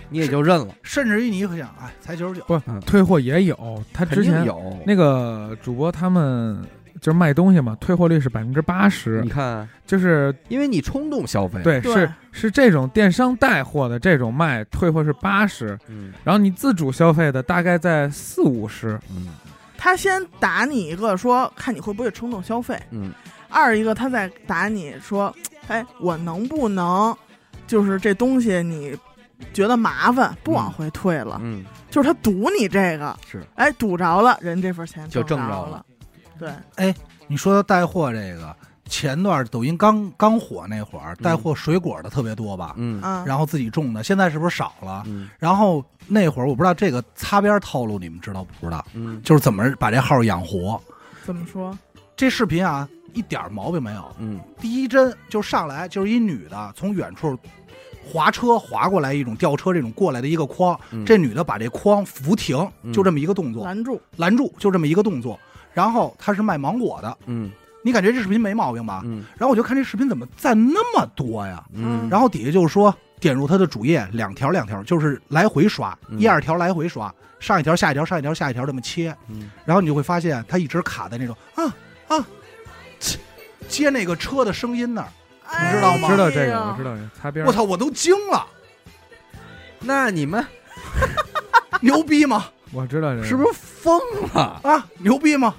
A: 你也就认了。
B: 甚至于你会想，哎，才九十九，
D: 不
A: 嗯
D: 退货也有，他
A: 肯
D: 之
A: 定
D: 前
A: 有
D: 那个主播他们就是卖东西嘛，退货率是百分之八十
A: 你，看，
D: 就是
A: 因为你冲动消费，，
D: 对
C: 对
D: 是是这种电商带货的这种卖退货是八十，
A: 嗯
D: 然后你自主消费的大概在四五十，
A: 嗯
C: 他先打你一个说看你会不会冲动消费，
A: 嗯
C: 二一个他再打你说，哎，我能不能就是这东西你觉得麻烦不往回退了，
A: 嗯，
C: 就是他赌你这个，
A: 是
C: 哎，赌着了，人这份钱
A: 就挣
C: 着
A: 着了
C: 了。对，
B: 你说到带货这个，前段抖音刚刚火那会儿，
D: 嗯
B: 带货水果的特别多吧？
A: 嗯
C: 嗯，
B: 然后自己种的，现在是不是少了？
A: 嗯
B: 然后那会儿我不知道这个擦边套路你们知道不知道？
A: 嗯
B: 就是怎么把这号养活。
C: 怎么说？
B: 这视频啊，一点儿毛病没有。
A: 嗯
B: 第一帧就上来就是一女的从远处滑车滑过来，一种吊车这种过来的一个筐，
A: 嗯，
B: 这女的把这筐扶停，
A: 嗯
B: 就这么一个动作，
C: 拦住，
B: 拦住就这么一个动作。然后她是卖芒果的，
A: 嗯
B: 你感觉这视频没毛病吧？
A: 嗯
B: 然后我就看这视频怎么赞那么多呀？
A: 嗯，
B: 然后底下就是说点入他的主页，两条两条，就是来回刷，
A: 嗯
B: 一二条来回刷，上一条下一条上一条下一条这么切，
A: 嗯
B: 然后你就会发现他一直卡在那种啊啊，切接那个车的声音那儿，
D: 哎
C: 你
B: 知道吗
D: 知道这
C: 哎
D: 个，我知道这个擦边儿
B: 我，操，我都惊了，
A: 那你们
B: 牛逼吗？
D: 我知道这个
A: 是不是疯了？
B: 啊，牛逼吗？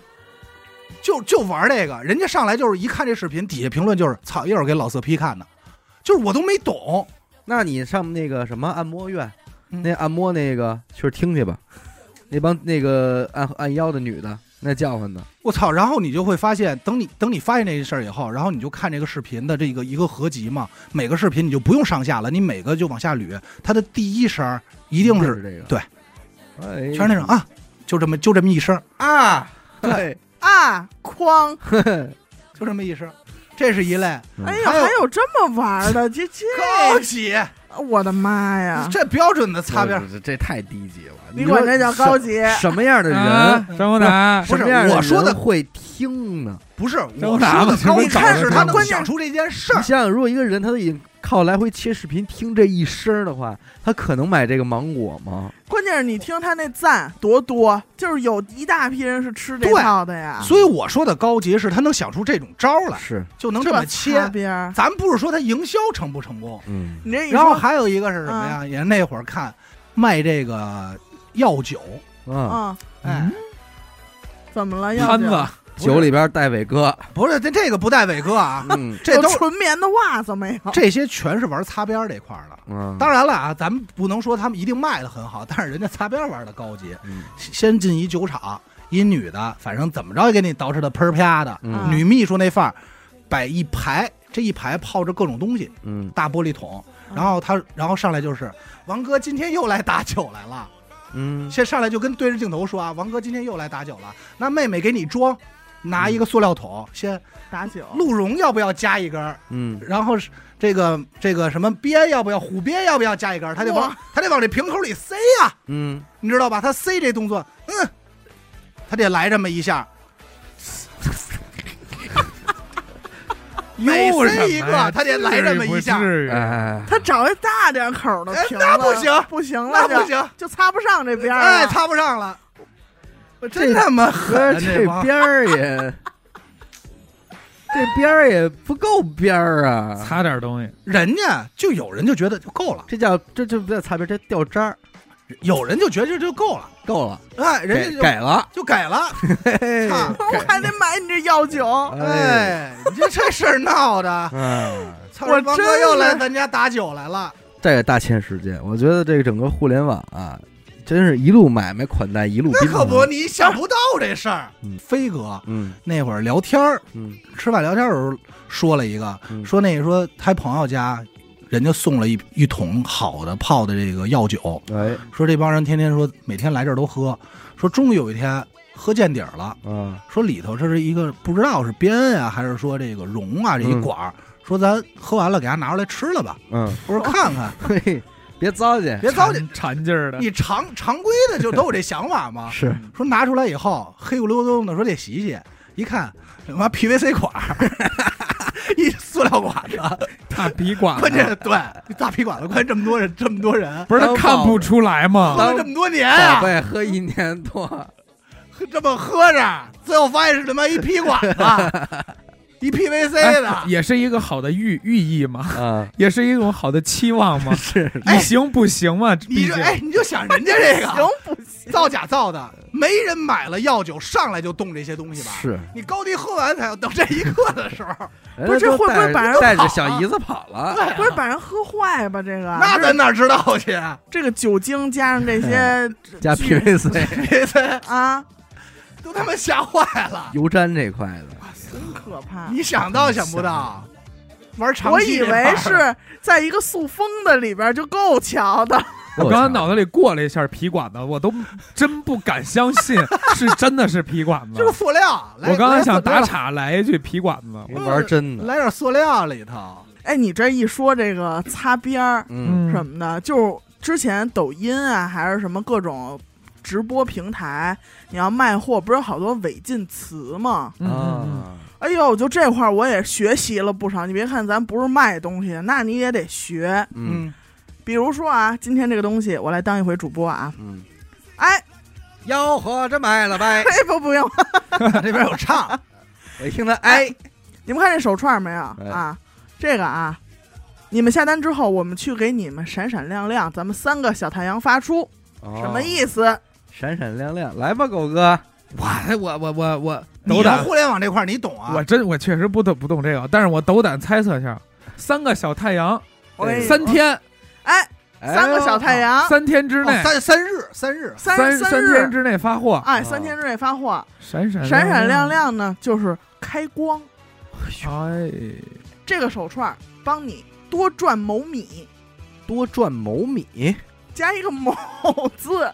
B: 就就玩这个，人家上来就是一看这视频，底下评论就是操，一会儿给老色批看呢，就是我都没懂，
A: 那你上那个什么按摩院，
B: 嗯
A: 那按摩那个去听去吧，那帮那个按按腰的女的那叫唤的，
B: 我操！然后你就会发现，等你等你发现这事儿以后，然后你就看这个视频的这个一个合集嘛，每个视频你就不用上下了，你每个就往下捋，它的第一声儿一定是
A: 这个，
B: 对
A: 哎，
B: 啊全是那种啊，就这么就这么一声儿，
A: 啊，对，
C: 啊，哭哐！
D: 嗯
B: 就这么一声，这是一类
C: 哎
A: 嗯
C: 呦，
B: 还有
C: 还有这么玩的，这这，
B: 高级，
C: 我的妈呀！
B: 这标准的擦边。
A: 这这这太低级了，
C: 你管这叫高级？
A: 什什么样的
D: 啊
A: 人？
D: 张国达
B: 不是
A: 什么样
B: 我说的
A: 人会听呢？
B: 不是
D: 张
B: 我
D: 大
B: 说的
D: 大
B: 高
D: 你
B: 级，
D: 看
B: 是
D: 着
B: 他
D: 他
B: 能
C: 关键
B: 想出这件事
A: 你
B: 儿。
A: 想想，如果一个人他都已经靠来回切视频听这一声的话，他可能买这个芒果吗？
C: 关键是你听他那赞多多，就是有一大批人是吃这
B: 对
C: 套的呀，
B: 所以我说的高级是他能想出这种招儿来，
A: 是，
B: 就能
C: 这
B: 这么
C: 擦
B: 切。
C: 边儿。
B: 咱不是说他营销成不成功，
A: 嗯，
C: 你这一
B: 然后
C: 说，
B: 还有一个是什么呀？也那会儿看卖这个药酒，
A: 啊，
C: 嗯，
B: 哎，
C: 怎么了？要
D: 摊子，
B: 不是
A: 酒里边带伟 哥，
B: 不是这这个不带伟哥啊，
A: 嗯
B: 这
C: 有
B: 都
C: 纯棉的袜子没有？
B: 这些全是玩擦边儿这块儿的。
A: 嗯，
B: 当然了啊，咱们不能说他们一定卖的很好，但是人家擦边玩的高级。
A: 嗯
B: 先进一酒厂，一女的，反正怎么着也给你捯饬的喷儿啪的，
C: 啊
A: 嗯
B: 女秘书那范儿，摆一排，这一排泡着各种东西，
A: 嗯
B: 大玻璃桶。
C: 嗯
B: 然后他，然后上来就是王哥今天又来打酒来了，
A: 嗯，
B: 先上来就跟对着镜头说啊，王哥今天又来打酒了。那妹妹给你装，拿一个塑料桶，先
C: 打酒，
B: 鹿茸要不要加一根儿？
A: 嗯
B: 然后是这个这个什么鳖要不要虎鳖要不要加一根儿？他得往
C: 哇
B: 他得往这瓶口里塞呀，
A: 嗯，
B: 你知道吧？他塞这动作，嗯，他得来这么一下，每
D: 又是
B: 塞一
D: 什么呀
B: 个他得来这么一下
D: 至于啊不至
A: 哎，
D: 于
C: 他找一大点口的
B: 哎
C: 瓶子，
B: 那不行
C: 不行了
B: 那
C: 就，
B: 不行，
C: 就擦不上这边儿了。啊
B: 哎，插不上了，真他妈狠
A: 哥
B: 啊，
A: 这
B: 帮
A: 边儿也，这边儿也不够边儿
B: 哎
A: 啊，
D: 擦点东西，
B: 人家就有人就觉得就够了，
A: 这叫这这不叫擦边，这掉渣儿，
B: 有人就觉得这就够了，
A: 够了，
B: 哎，人
A: 给
B: 家
A: 给了，哎
B: 就就给了，
A: 嘿嘿
B: 操
C: 我还得买你这药酒，
A: 哎，
B: 哎，你这这事儿闹 的，
A: 嗯。
B: 操，
C: 我
B: 王哥
C: 真
B: 又来
C: 是
B: 咱家打酒来了。
A: 这个大千世界，我觉得这个整个互联网啊，真是一路买卖款待一路
B: 那
A: 冰
B: 可
A: 糖。
B: 不，你想不到这事儿。
A: 嗯
B: 飞哥
A: 嗯
B: 那会儿聊天儿，
A: 嗯
B: 吃饭聊天儿的时候说了一个，
A: 嗯
B: 说那个说他朋友家人家送了一一桶好的泡的这个药酒，
A: 哎
B: 说这帮人天天说每天来这儿都喝，说终于有一天喝见底儿了，
A: 啊
B: 说里头这是一个不知道是鞭啊还是说这个蓉啊这一
A: 嗯
B: 管儿。说咱喝完了，给它拿出来吃了吧。
A: 嗯，
B: 我说看 看，
A: 嘿，别糟 践，
B: 别糟践。
D: 馋馋劲儿的，
B: 你常常规的就都有这想法吗？
A: 是
B: 说拿出来以后黑不溜冬的，说得洗洗，一看他妈 PVC 管儿， 一塑料管
D: 啊
B: 子，
D: 大笔管子，
B: 关键对大皮管子，关键这么多人，这么多人，
D: 不是他
A: 当
D: 看
A: 宝
D: 不出来吗？
B: 喝了这么多年
A: 宝
B: 啊，
A: 贝喝一年多，
B: 喝这么喝着，最后发现是他妈一皮管子， 一 PVC
D: 哎
B: 的，
D: 也是一个好的寓寓意嘛，
A: 啊，。
D: 也是一种好的期望 嘛
A: 是
B: 哎
D: 你行不行嘛？
B: 你
D: 毕
B: 这
D: 竟
B: 哎，你就想人家这
C: 行
B: 个
C: 不行？
B: 造假造的，没人买了药酒上来就动这些东西吧？
A: 是，
B: 你高低喝完才有等这一刻的时候。
C: 啊
A: 不
C: 这会不会把人
A: 哎带着
B: 跑
A: 小
B: 了
A: 姨子跑了？
C: 不是把人喝坏吧？这个，
B: 那咱哪知道去？
C: 这个酒精加上这 些
A: 加
C: 巨
A: PVC
C: 啊，
B: 都他妈吓 坏了！
A: 油毡这块的，
C: 真可怕！
B: 你想到想不到，玩长
C: 我
B: 期
C: 以
B: 这
C: 为
B: 玩意儿
C: 是在一个塑封的里边就够瞧的，
D: 我刚才
A: 脑
D: 脑子里过了一下皮管子，我都真不敢相信是真的是皮管子
B: 就是。塑料。来
D: 我刚才想打，
B: 来塑料
D: 岔来一句皮管子，
A: 玩真的，
B: 来点塑料里头。
C: 哎，你这一说这个擦边儿
A: 嗯
C: 什么的，就是之前抖音啊，还是什么各种直播平台，你要卖货，不是有好多违禁词吗？
D: 嗯嗯
A: 啊，
C: 哎呦，就这块儿我也学习了不少。你别看咱不是卖东西，那你也得学。
A: 嗯
C: 比如说啊，今天这个东西，我来当一回主播啊。
A: 嗯，
C: 哎，
A: 吆喝着卖了呗，
C: 哎不不用，
B: 嗯，那边 有唱，
A: 我一听他哎，
C: 你们看这手串没有
A: 哎
C: 啊？这个啊，你们下单之后，我们去给你们闪闪亮亮，咱们三个小太阳发出，
A: 什
C: 什么意思？
A: 哦闪闪亮亮，来吧，狗哥，
D: 我我我我我
B: 你
D: 斗
B: 的
D: 胆，
B: 互联网这块儿你懂啊？
D: 我真我确实不懂不懂这个，但是我斗胆猜测一下，三个小太阳，
C: 我给你
D: 三，天
C: 哎，三个小太阳，
D: 三天之内
B: 哦，三三日三日，
D: 三
C: 三
D: 三天
C: 日，
D: 之内发货，
C: 哎，
A: 啊
C: 三天之内发货，
D: 闪闪
C: 闪闪亮，亮呢，就是开光。
D: 哎，
C: 这个手串儿帮你多赚某米，
A: 多赚某米，
C: 加一个某字，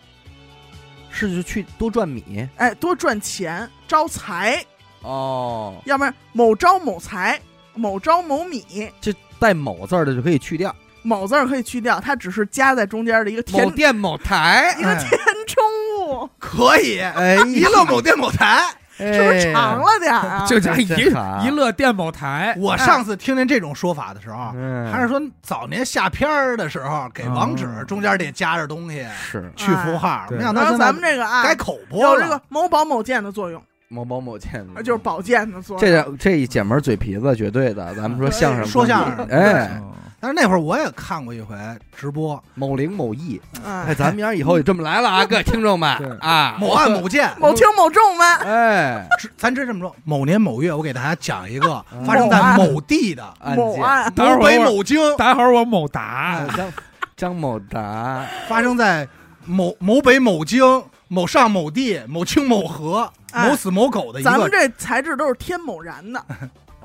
A: 是去去多赚米
C: 哎，多赚钱，招财。
A: 哦，
C: 要不然某招某财、某招某米，
A: 这带某字儿的就可以去掉，
C: 某字儿可以去掉，它只是加在中间的一个填
A: 某店某台，
B: 哎
C: 填充物，
B: 可以，
A: 哎，
B: 一乐某电某 台。
C: 是不
B: 哎
C: 是长了点儿啊？
D: 就加一
A: 这真好
D: 一乐电某
C: 哎
D: 台，
B: 我上次听见这种说法的时候，
A: 嗯？
B: 还是说早年下片儿的时候给
D: 哦
B: 网址中间得加着东
D: 哎
B: 西
A: 是
B: 去符号，
A: 对
B: 没想
C: 然
B: 到
C: 后
B: 现
C: 咱
B: 在
C: 们这个啊，
B: 改口播
C: 有这个
B: 了。
C: 某宝某剑的作用，
A: 某某某店，
C: 啊就是保健的作用。
A: 这两这一姐们儿嘴皮子绝对的，咱们说相声，
B: 说相声
A: 哎，
B: 但是那会儿我也看过一回直播，
D: 啊
A: 某零某艺，哎，
C: 哎，
A: 咱们明儿以后就这么来了 啊，各位听众们
D: 对
A: 啊，
B: 某案某件，
C: 某轻某重吗？
A: 哎，
B: 只咱真这么说，某年某月，我给大家讲一个
A: 嗯
B: 发生在某 地的
A: 案
C: 某
A: 件
C: 案
D: 等会儿
B: 某
D: 我
B: 北某京，
D: 待会儿我某达
A: 啊，张张某达，
B: 发生在某某北某京、某上某地、某清某河、
C: 哎
B: 某死某狗的一
C: 咱们
B: 个
C: 这材质都是天某然的，
B: 啊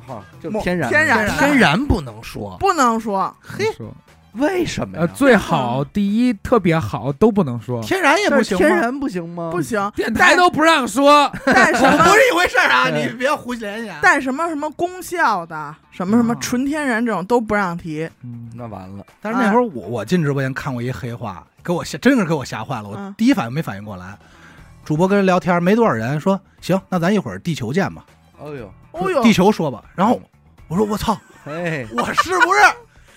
A: 哈，就
C: 某
A: 天然
C: 天然
B: 的
A: 天然不能说，
C: 不能说
B: 嘿，
D: 说
A: 为什么
D: 呃，
A: 呀？
D: 最好第一特别好都不能说，
B: 天然也
A: 但
B: 不
A: 是
B: 行吗？
A: 天然不行吗？
C: 不行，
D: 电台都不让 说，
C: 带什
B: 嗯不
C: 么
B: 是一回事儿啊！
A: 对
B: 你别胡联想。
C: 带什么什么功效的，什么什
B: 啊
C: 么
D: 哦
C: 纯天然这种都不让提。
A: 那完了，
B: 但是
C: 啊
B: 那会儿我我进直播间看过一黑话，给我吓，真是给我吓坏了。我
C: 嗯
B: 第一反应没反应过来，主播跟人聊天没多少人，说行，那咱一会儿地球见吧，
A: 哎呦，
C: 哦呦，
B: 地球说吧。然
A: 嗯
B: 后我说我操，
A: 哎，
B: 我是 不是？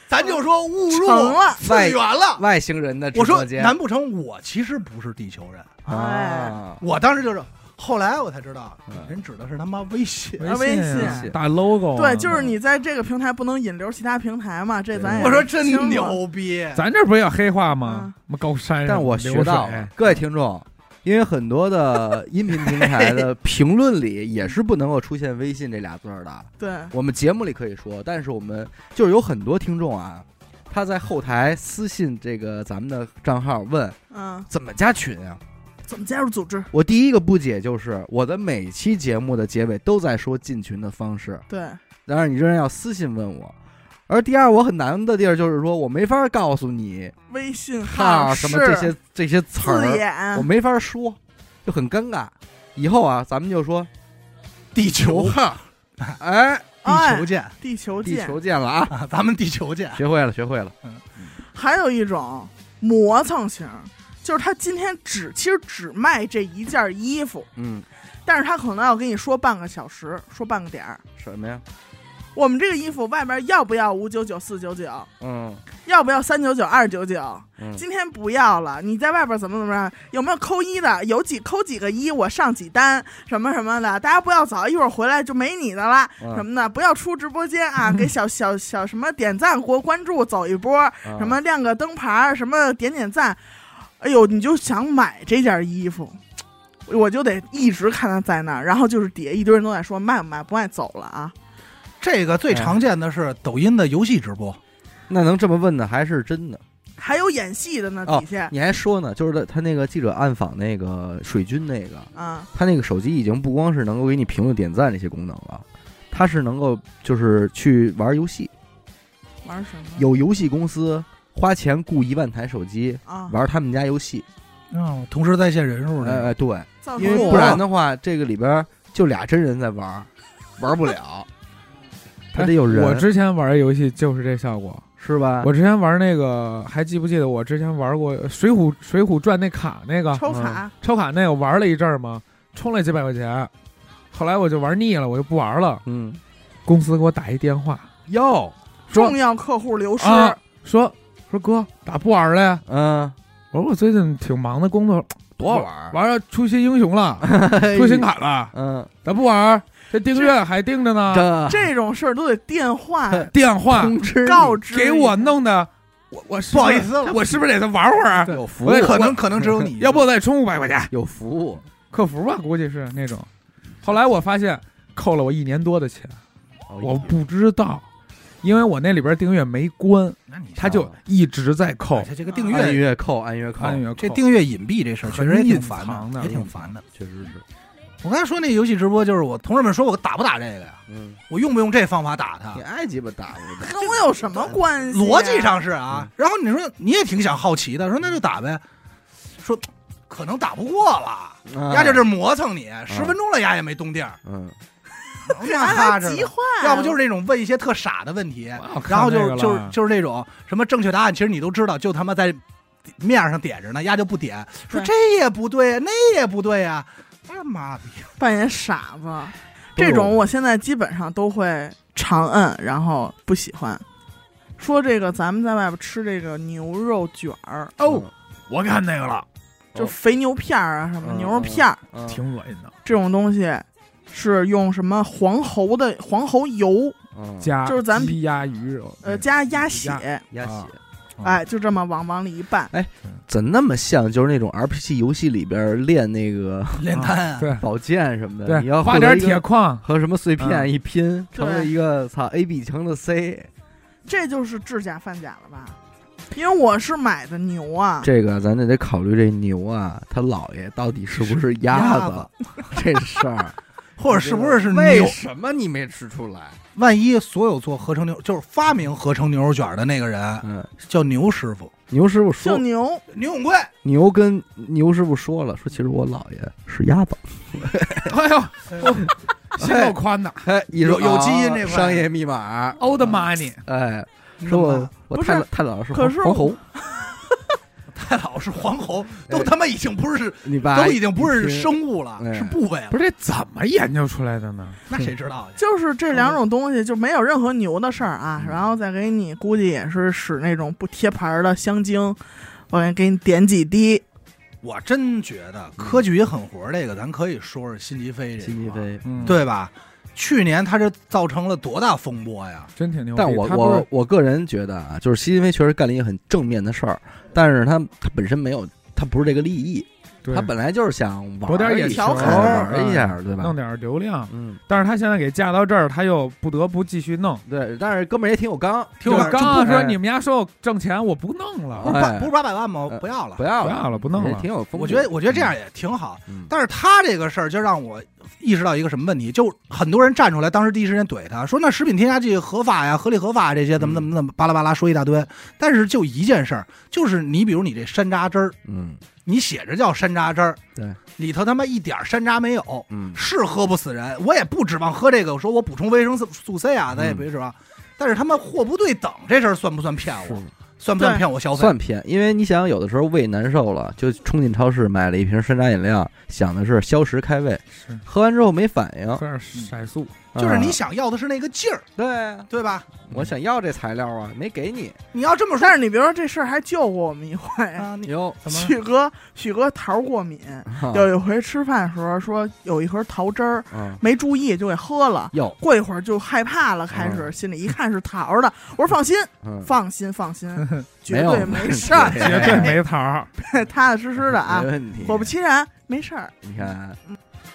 B: 咱就说误入
C: 成了
B: 次元了。
A: 外星人的直
B: 我说
A: 播间，
B: 难不成我其实不是地球人？
C: 哎
A: 啊，
B: 我当时就是，后来我才知道
A: 嗯，
B: 人指的是他妈 微信。
C: 啊微信
D: 打嗯 logo，啊
C: 对，就是。你在这个平台不能引流其他平台嘛，这咱也
B: 我说
C: 哎清楚
B: 真牛逼，
D: 咱这不也有黑话
C: 嗯
D: 吗？什么高山上，
A: 但我
D: 流
A: 学到
D: 水哎
A: 了，各位听众。因为很多的音频平台的评论里也是不能够出现“微信”这俩字儿的。
C: 对，
A: 我们节目里可以说，但是我们就是有很多听众啊，他在后台私信这个咱们的账号问
C: 嗯，
A: 怎么加群啊？
C: 怎么加入组织？
A: 我第一个不解就是我的每期节目的结尾都在说进群的方式，
C: 对，
A: 当然你仍然要私信问我。而第二，我很难的地儿就是说我没法告诉你
C: 微信
A: 哈
C: 号
A: 啊什
C: 是
A: 么这些这些词
C: 字
A: 儿，我
C: 眼，
A: 没法说，就很尴尬。以后啊，咱们就说
B: 地球
A: 哈， 哎，
B: 地
C: 哎
B: 球见
C: 地球
A: 地
C: 见。
A: 球见了 啊，
B: 啊，咱们地球见。
A: 学会了，学会了。
C: 还有一种磨蹭型，就是他今天只其实只卖这一件衣服，
A: 嗯，
C: 但是他可能要跟你说半个小时，说半个点儿。
A: 什么呀？
C: 我们这个衣服外边要不要五九九四九九？
A: 嗯
C: 要不要三九九二九九？
A: 嗯，
C: 今天不要了，你在外边怎么怎么样？有没有扣一的？有几扣几个一，我上几单，什么什么的。大家不要早，一会儿回来就没你的啦，
A: 嗯
C: 什么的。不要出直播 间啊，给小小小什么点赞、国关注，走一波，
A: 啊
C: 什么亮个灯牌儿，什么点点赞。哎呦，你就想买这件衣服，我就得一直看它在那儿，然后就是底下一堆人都在说卖不卖，不卖走了啊。
B: 这个
A: 嗯
B: 最常见的是抖音的游戏直播，
A: 那能这么问的还是真的。
C: 还有演戏的呢，
A: 哦
C: 底下、
A: 你还说呢，就是他那个记者暗访那个水军那个，
C: 啊，
A: 他那个手机已经不光是能够给你评论、点赞这些功能了，它是能够就是去玩游戏，
C: 玩什么？
A: 有游戏公司花钱雇一万台手机
C: 啊，
A: 玩他们家游戏，
B: 嗯，同时在线人数
C: 哦
A: 哎
B: 呢，
A: 哎对，
C: 造
A: 因为
C: 成
A: 不然的话，这个里边就俩真人在玩，玩不 了，他得有人，啊
D: 我之前玩游戏就是这效果。
A: 是吧？
D: 我之前玩那个，还记不记得我之前玩过《水浒》《水浒传》那卡那
B: 嗯
D: 个嗯
C: 抽
A: 嗯
C: 卡，
D: 抽卡那个玩了一阵儿嘛，充了几百块钱，后来我就玩腻了，我就不玩了。
A: 嗯，
D: 公司给我打一电话，哟，说
C: 重要客户流失，
D: 啊，说说哥咋不玩了呀？
A: 嗯，
D: 我说我最近挺忙的，工作
A: 多好
B: 啊
A: 玩儿，
D: 玩了出新英雄了，出新卡了，
A: 嗯，
D: 咋不玩儿？这订阅还订着呢，
A: 啊这
C: 这种事儿都得电话
D: 电话
A: 通知你
C: 告知，
D: 给我，弄的，我我是
B: 不好意
D: 是，
B: 思了，
D: 我是不是得再玩会儿？
A: 有服务
D: 我，也
B: 可能可能只有 你，
D: 要不我再充五百块钱，
A: 有服务，
D: 客服吧，估计是那种。后来我发现扣了我一年多的钱，
A: 哎
D: 我不知道，因为我那里边订阅没关，
B: 那你
D: 他就一直在扣
B: 哎，这这个订
A: 按
B: 阅，
A: 月扣，按月扣，
D: 按月扣。
B: 这订阅隐蔽这事儿确实也挺烦
D: 很隐藏的
B: 也挺烦的。
A: 确实是，
B: 我刚才说那游戏直播，就是我同事们说我打不打这个呀？
A: 嗯，
B: 我用不用这方法打他
A: 你？爱鸡巴打我 的，
C: 跟我有什么关系啊？
B: 逻辑上是
D: 嗯
B: 啊，然后你说你也挺想好奇的，说那就打呗，说可能打不过了，
A: 嗯
D: 嗯
B: 丫就这磨蹭你，十分钟了，丫也没动地儿，
A: 嗯，
B: 那
C: 还
B: 哈
C: 急
B: 着呢
C: 坏，
B: 要不就是那种问一些特傻的问题，
D: 我看
B: 然后就
D: 那个
B: 是
D: 了
B: 就是就是那种什么正确答案，其实你都知道，就他妈在面上点着呢，丫就不点，说
C: 对
B: 这也不对呀，那也不对呀，哎呀妈逼！
C: 扮演傻子，这种我现在基本上都会长摁，然后不喜欢。说这个，咱们在外边吃这个牛肉卷儿，
D: 哦，
A: 嗯
D: 我看那个了，
C: 就
A: 哦
C: 肥牛片儿啊，什么
A: 嗯
C: 牛肉片儿、
A: 嗯，
D: 挺恶心的，
C: 这种东西，是用什么黄喉的黄喉油，
A: 嗯
D: 加
C: 就是咱
D: 鸡鸭鱼肉，
C: 呃，加鸭血，
A: 鸭血
D: 啊，
A: 嗯
C: 哎，就这么往往里一拌，
A: 怎那么像？就是那种 RPG 游戏里边练那个
D: 嗯
B: 炼丹啊，
D: 对
A: 宝剑什么的，你
D: 对，
A: 要
D: 画
A: 获得
D: 点
A: 一个
D: 铁矿，
A: 和什么碎片
D: 嗯
A: 一拼，成了
C: 对
A: 一个操 A B 成了 C。
C: 这就是制假贩假了吧？因为我是买的牛啊，
A: 这个咱就得考虑这牛啊，他姥爷到底是不是鸭子这事儿，
B: 或者是不是是
A: 为
B: 牛？
A: 什么你没吃出来？
B: 万一所有做合成牛，就是发明合成牛肉卷的那个人
A: 嗯，
B: 叫牛师傅，
A: 牛师傅
C: 就
A: 说，
C: 牛，
B: 牛永贵，
A: 牛跟牛师傅说了，说其实我姥爷是鸭子。
D: 哎呦，心够宽的
A: 哎，一
B: 有有基因这块
A: 商业密码，
D: ，old money，
A: 哎，
B: 你
A: 说
B: 懂
A: 我
B: 吧
A: 我
C: 不是
A: 太老太姥姥是
C: 可
A: 黄
C: 是
A: 黄喉，
B: 太老是黄喉，
A: 哎
B: 都他妈已经不是，
A: 你爸
B: 都已经不
A: 一
B: 是
A: 拼
B: 生物了，
A: 哎
B: 是部位了
D: 不。是这怎么研究出来的呢？
B: 那谁知道啊去？
C: 就是这两种东西就没有任何牛的事儿啊，
A: 嗯
C: 然后再给你估计也是使那种不贴牌儿的香精，我给你点几滴，
B: 我真觉得科举也很活儿，这个咱可以说说辛吉飞这个，
A: 金鸡，飞。
D: 嗯，，
B: 对吧？去年他这造成了多大风波呀？
D: 真挺牛逼。
A: 但我
D: 他不是
A: 我我个人觉得啊，就是辛因为确实干了一个很正面的事儿，但是他他本身没有，他不是这个利益，
D: 对
A: 他本来就是想玩
D: 博点
A: 儿一
D: 眼
C: 球
A: 下哎玩一下，对吧
D: 哦弄？点流量，
A: 嗯，
D: 但是他现在给架到这儿，他又不得不继续弄。
A: 对，但是哥们儿也挺有刚，
B: 挺有
D: 就
B: 刚
D: 刚刚说
A: 哎
D: 你们家说我挣钱，我不弄
B: 不是
D: 了，
A: 哎
B: 八不是八百万吗
A: 呃？
B: 不要了
A: 不，要
D: 不要了，不弄
A: 也
D: 了
A: 挺。有风度。
B: 我觉得我觉得这样也挺好。
A: 嗯，
B: 但是他这个事儿就让我意识到一个什么问题，就很多人站出来，当时第一时间怼他说：“那食品添加剂合法呀，合理合法啊呀这些怎么
A: 嗯
B: 怎么怎么巴拉巴拉说一大堆。”但是就一件事儿，就是你比如你这山楂汁儿，
A: 嗯
B: 你写着叫山楂汁儿，
A: 对，
B: 里头他妈一点儿山楂没有，
A: 嗯，
B: 是喝不死人，我也不指望喝这个。我说我补充维生素素 C
A: 嗯
B: 啊，咱也别指望。但是他们货不对等这事儿算不算骗我？算不算
C: 对
B: 骗我消费？
A: 算偏，因为你想，有的时候胃难受了，就冲进超市买了一瓶山楂饮料，想的是消食开胃，
D: 是
A: 喝完之后没反应，
D: 喝点色素，
B: 就是你
A: 啊
B: 想要的是那个劲儿，
A: 对啊，
B: 对吧？
A: 我想要这材料啊，没给你
B: 你要这么说
C: 但是你别说这事儿还救过我们一回，
A: 哎
B: 啊，你
A: 哟，
B: 怎么了
C: 许哥许哥桃过敏，
A: 啊
C: 有一回吃饭的时候说有一盒桃汁儿
A: 嗯
C: 没注意就给喝了。
A: 哟，
C: 过一会儿就害怕了，开始心里一看是桃儿的，我说放心，
A: 嗯，
C: 放心，放心，绝
A: 没有
C: 对没事儿，
A: 对
D: 绝对没桃儿。
C: 踏踏实实的啊
A: 没。问题。
C: 果不其然，没事儿。
A: 你看，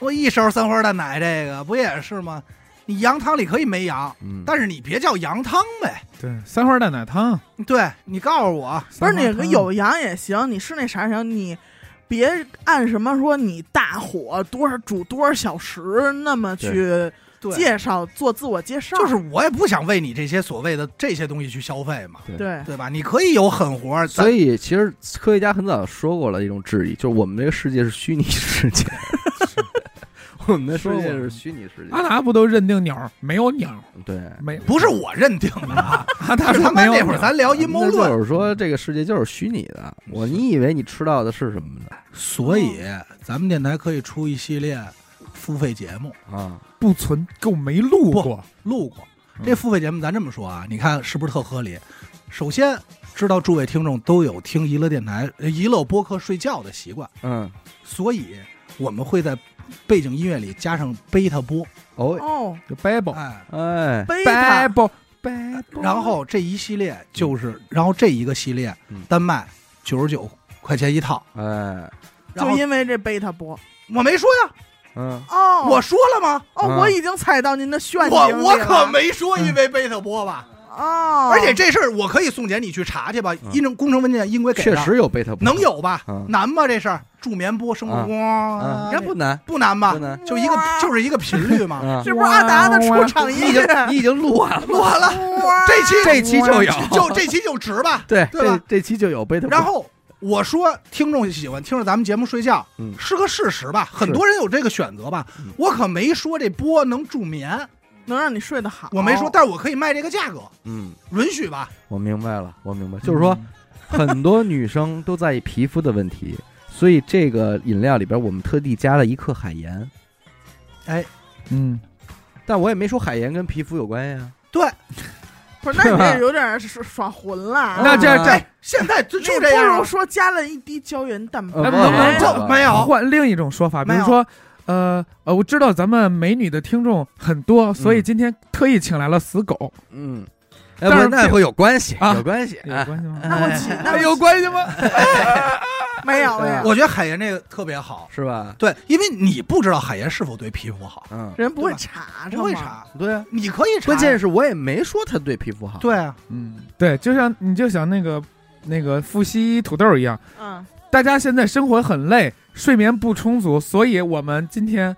B: 我一勺三花淡奶，这个不也是吗？你羊汤里可以没羊，
A: 嗯，
B: 但是你别叫羊汤呗。
D: 对，三花蛋奶汤，
B: 对你告诉我，
C: 不是
D: 三花
C: 那个
D: 汤
C: 有羊也行，你是那啥也行，你别按什么说你大火多少煮多少小时那么去
B: 对，
C: 介绍做自我介绍，
B: 就是我也不想为你这些所谓的这些东西去消费嘛，
C: 对
B: 对吧？你可以有狠活，咱
A: 所以其实科学家很早说过了一种质疑，就是我们这个世界是虚拟世界，我们的世界是虚拟世界
D: 阿。达不都认定鸟儿没有鸟儿，
A: 对，
D: 没
B: 不是我认定的啊，
D: 阿达
B: 是
D: 说
B: 他
D: 没
B: 妈
D: 有
B: 那
D: 鸟
B: 会儿咱聊阴谋
A: 啊那
B: 论，
A: 就是说这个世界就是虚拟的。我你以为你吃到的是什么呢？
B: 所以
C: 哦
B: 咱们电台可以出一系列付费节目，
A: 啊，
D: 不存够没录过，
B: 录过
D: 嗯
B: 这付费节目，咱这么说啊，你看是不是特合理？首先，知道诸位听众都有听娱乐电台、呃娱乐播客睡觉的习惯，
A: 嗯，
B: 所以我们会在背景音乐里加上贝塔波，
A: 哦，
C: 哦，
D: 就 Bible
B: 哎，
A: 哎，
C: 贝塔
D: Bible Bible，
B: 然后这一系列
C: 嗯
B: 就是，然后这一个系列
A: 嗯
B: 单卖九十九块钱一套，
A: 哎，
B: 然
C: 就
B: 后
C: 因为这贝塔波
B: 我没说呀，
A: 嗯，
C: 哦，
B: 我说了吗？
C: 哦
A: 啊
C: 我已经踩到您的啊陷阱里
B: 我
C: 了，
B: 我可没说因为贝塔波吧，
C: 哦，
B: 而且这事儿我可以送检你去查去吧，因证工程文件应归给
A: 嗯确
B: 了
A: 实有贝塔波，
B: 能有吧
A: 嗯？
B: 难吗？这事儿助眠波声
A: 嗯
B: 波，
A: 嗯，
B: 哇
A: 应该不难，
B: 不难吧
A: 不？难。
B: 嗯就一个
C: 哇
B: 就是一个频率嘛。
A: 啊，
C: 这不是阿达的出场音
A: 你已经
C: 乐
A: 你，已经录完了，
B: 录完了，
C: 哇
B: 这期
A: 这期就有，
B: 就这期就值吧。
A: 对
B: 对吧
A: 这这期就有贝塔波。
B: 然后我说听众喜欢听着咱们节目睡觉，
A: 嗯
B: 是个事实吧？很多人有这个选择吧
A: 嗯？
B: 我可没说这播能助眠，
C: 能让你睡得好。
B: 我没
A: 哦
B: 说，但是我可以卖这个价格，
A: 嗯，
B: 允许吧？
A: 我明白了，我明白，
B: 嗯
A: 就是说，很多女生都在意皮肤的问题，所以这个饮料里边我们特地加了一克海盐，
D: 嗯，
A: 但我也没说海盐跟皮肤有关系啊。
B: 对，
C: 不 是，那你
A: 是吧
C: 这有点耍耍混了。啊
D: 啊那这样这样
A: 哎
B: 哎，现在就
C: 你
B: 就这样
C: 不如
B: 啊，
C: 说加了一滴胶原蛋白，
A: 呃
D: 能不能
B: 就没有
D: 换另一种说法，比
B: 没
D: 如
B: 有
D: 说，呃呃，我知道咱们美女的听众很多，所以今天特意请来了死狗，
A: 嗯，哎，
D: 但
A: 不
D: 是
A: 是，那会有关系，
D: 啊
A: 有关系，
D: 有关系吗？
B: 哎
C: 那我起，那我
D: 有关系吗？
C: 没有
A: 啊
C: 没有，
B: 我觉得海盐这个特别好，
A: 是吧？
B: 对，因为你不知道海盐是否对皮肤好，
A: 嗯，
C: 人不会查，
B: 不会，查，
A: 对啊。
B: 你可以查，
A: 关键是我也没说它对皮肤好，
B: 对 啊，
D: 嗯，对，就像你就想那个那个富硒土豆一样，
C: 嗯，
D: 大家现在生活很累，睡眠不充足，所以我们今天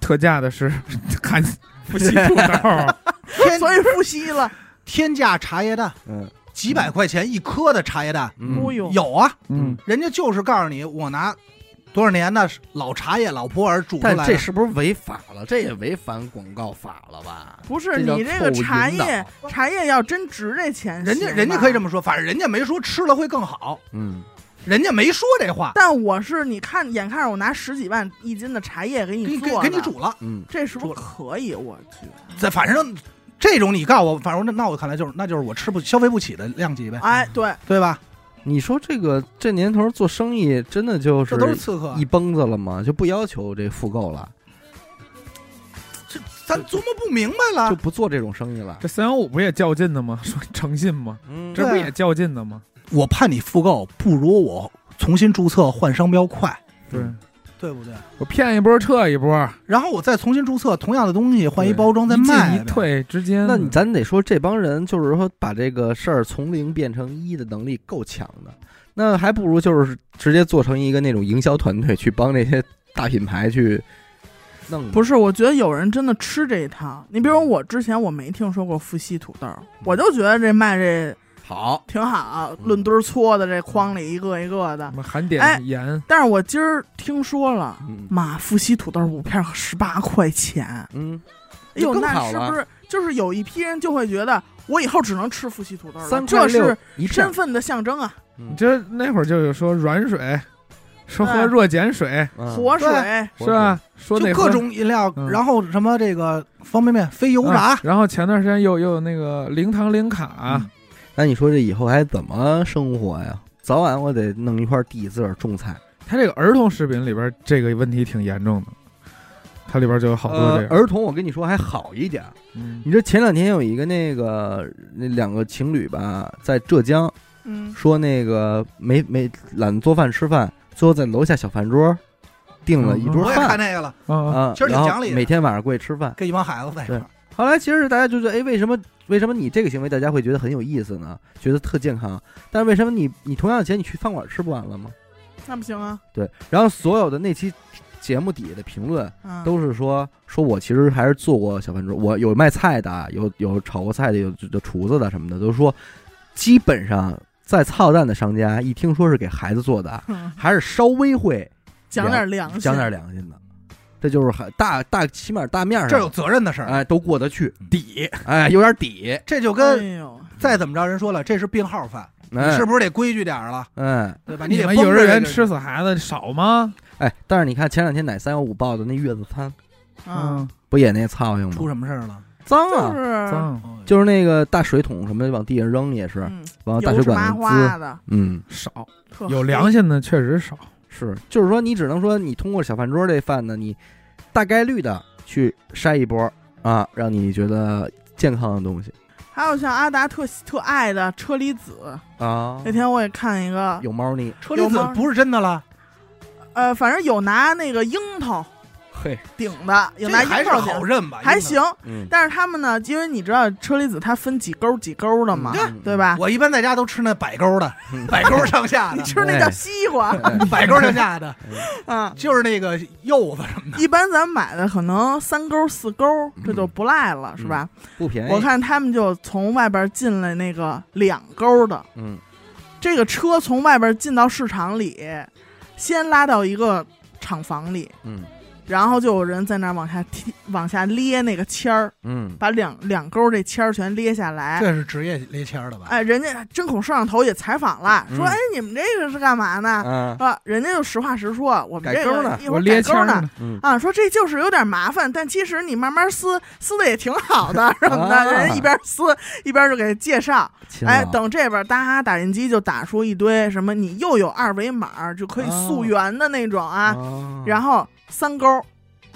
D: 特价的是 含富硒土豆，嗯
B: 天
C: 所以复吸了，
B: 天价茶叶蛋，
A: 嗯
B: 几百块钱一颗的茶叶蛋
A: 嗯
C: 哦呦，
B: 有啊，
D: 嗯，
B: 人家就是告诉你，我拿多少年的老茶叶、老普洱煮出
A: 但
B: 来
D: 啊
A: 这
B: 的。
A: 是不是违法了？这也违反广告法了吧？
C: 不是
A: 叫
C: 你这个
A: 凑
C: 茶
A: 引导
C: 叶，茶叶要真值这钱，
B: 人家人家可以这
C: 么。
B: 么说，反正人家没说吃了会更好，
A: 嗯，
B: 人家没说这话，
C: 但我是你看，眼看着我拿十几万一斤的茶叶给
B: 给
C: 你
B: 你给
C: 做
B: 给你
C: 呢
B: 煮了，
A: 嗯，
C: 这是不
B: 煮
C: 是
B: 了
C: 可以？我去，
B: 这反正这种你告诉我，反正那那我看来就是那就是我吃不消费不起的量级呗，
C: 哎，对，
B: 对吧？
A: 你说这个这年头做生意真的就是
B: 这都是刺客啊
A: 一，蹦子了吗？就不要求这复购了，
B: 这咱琢磨不明白
A: 就
B: 了。
A: 不啊做这种生意了。
D: 这三幺五不也较劲的吗？说诚信吗？
A: 嗯
D: 这
B: 对
D: 不也较劲的吗？
B: 我怕你复购，不如我重新注册换商标快，
D: 对
A: 嗯
B: 对不对？
D: 我骗一波撤一波，
B: 然后我再重新注册同样的东西，换一
D: 对
B: 包装再
D: 一进
B: 卖呗，
D: 一退之间，
A: 那你咱得说这帮人就是说把这个事儿从零变成一的能力够强的，那还不如就是直接做成一个那种营销团队去帮这些大品牌去弄。
C: 不
A: 是，
C: 是，我觉得有人真的吃这一套。你比
B: 嗯
C: 如我之前我没听说过富硒土豆，我就觉得这卖这
A: 好，
C: 挺好，
A: 嗯
C: 论堆儿搓的这筐里一个一个的
D: 什。么含
C: 哎
D: 点盐，
C: 但是我今儿听说了，
A: 嗯
C: 妈，富硒土豆五片十八块钱，哎
A: 嗯，
C: 呦，
A: 更
C: 那
A: 好
C: 是
A: 了
C: 不是就是有一批人就会觉得我以后只能吃富硒土豆了？
A: 三
C: 这
A: 块六
C: 是
A: 一片
C: 身，份的象征啊，
A: 嗯
D: 你这那会儿就有说软水，说
B: 哎
D: 喝
C: 对
D: 弱碱水
A: 嗯
C: 活水。
A: 活
D: 是吧？说那
B: 就各种饮料，
D: 嗯
B: 然后什么这个方便面、非油炸，
D: 啊然后前段时间又又有那个零糖零卡，啊
A: 那你说这以后还怎么生活呀？早晚我得弄一块地自个儿种菜，
D: 它这个儿童食品里边这个问题挺严重的，它里边就有好多这
A: 呃
D: 个，
A: 儿童我跟你说还好一点，
D: 嗯
A: 你知道前两天有一个那个那两个情侣吧，在浙江
C: 嗯，
A: 说那个没没懒得做饭吃饭，最后在楼下小饭桌订了一桌
B: 嗯我也看
A: 饭
B: 那个 了，
D: 啊，
A: 啊
B: 其实，挺
A: 然后
B: 讲理的
A: 每天晚上过去吃饭。
B: 跟一帮孩子在一块儿，
A: 后来其实大家就觉得，哎，为什么为什么你这个行为大家会觉得很有意思呢？觉得特健康，但是为什么你你同样的钱你去饭馆吃不完了吗？
C: 那不行啊，
A: 对，然后所有的那期节目底下的评论
C: 嗯，
A: 都是说说我其实还是做过小饭桌，我有卖菜的，啊有有炒过菜的，有有厨子的什么的，都说基本上在操蛋的商家一听说是给孩子做的，啊
C: 嗯
A: 还是稍微会
C: 讲点良心，哎
A: 讲点良心的，这就是还大大起码大面上
B: 这有责任的事儿，
A: 哎都过得去，
B: 底
A: 哎有点底，
B: 这就
C: 哎
B: 跟
C: 呦，
B: 再怎么着人说了，这是病号饭， 你
A: 哎
B: 是不是得规矩点儿了，
A: 哎
B: 对吧？
D: 你
B: 得
D: 们
B: 绷
D: 幼
B: 着
D: 儿
B: 这
D: 园
B: 个
D: 吃死孩子少吗？
A: 哎，但是你看前两天奶三幺五报的那月子餐，
B: 啊
C: 嗯，，
A: 不也那操性
B: 出
A: 吗？
B: 什么事儿了？
A: 脏
C: 就
A: 啊，
C: 是
D: 脏
B: 哦
A: 就是那个大水桶什么的往地上扔也是，
C: 嗯，
A: 往啊大
C: 油
A: 水
C: 是麻
A: 管上滋，
C: 花啊的，
A: 嗯。
B: 啊
D: 少，
C: 特
D: 有
C: 黑
D: 良心的确实少，
A: 是，就是说你只能说你通过小饭桌这饭呢，你大概率的去筛一波啊，让你觉得健康的东西
C: 还有像阿达特喜特爱的车厘子，
A: 啊
C: 那天我也看一个，
A: 有猫腻，
B: 车厘子
C: 有吗
B: 不是真的了，
C: 呃，反正有拿那个樱桃
A: 嘿，
C: 顶的，有
B: 这
C: 拿
B: 还
C: 樱
B: 是
C: 桃
B: 好
C: 顶，
B: 认吧？
C: 还
B: 应该
C: 行。。
A: 嗯，
C: 但是他们呢，因为你知道车厘子它分几勾几勾的嘛，
A: 嗯
C: 对 吧？
B: 我一般在家都吃那百勾的
A: 嗯，
B: 百勾上下
C: 你
B: 的，
C: 吃那叫西瓜，
A: 哎
B: 百勾上下的，
C: 嗯，
B: 就是那个柚子什么的。
C: 一般咱买的可能三勾四勾，
B: 嗯
C: 这就不赖了，是吧？
B: 哎
A: 不便宜，
C: 我看他们就从外边进来那个两勾的，
A: 嗯，
C: 这个车从外边进到市场里，先拉到一个厂房里，
A: 嗯
C: 然后就有人在那儿往下踢、往下咧那个签儿，
A: 嗯，
C: 把两两钩这签儿全咧下来。
B: 这是职业猎签儿的吧？
C: 哎，人家针孔摄像头也采访了，说：“
A: 嗯
C: 哎，你们这个是干嘛呢？”
A: 啊
C: 啊，人家就实话实说，我们
A: 改
C: 这
A: 钩
C: 个
A: 呢
C: 一会
D: 我
C: 儿
D: 咧
C: 改
D: 签
C: 钩
D: 儿
C: 呢，
D: 呢，
A: 嗯
C: 啊，说这就是有点麻烦，但其实你慢慢撕，撕的也挺好的什么的。人一边撕一边就给介绍，
A: 亲
C: 哎，
A: 了
C: 等这边哒哈打印机就打出一堆什么，你又有二维码就可以溯
A: 哦
C: 源的那种啊，
A: 哦
C: 然后三勾，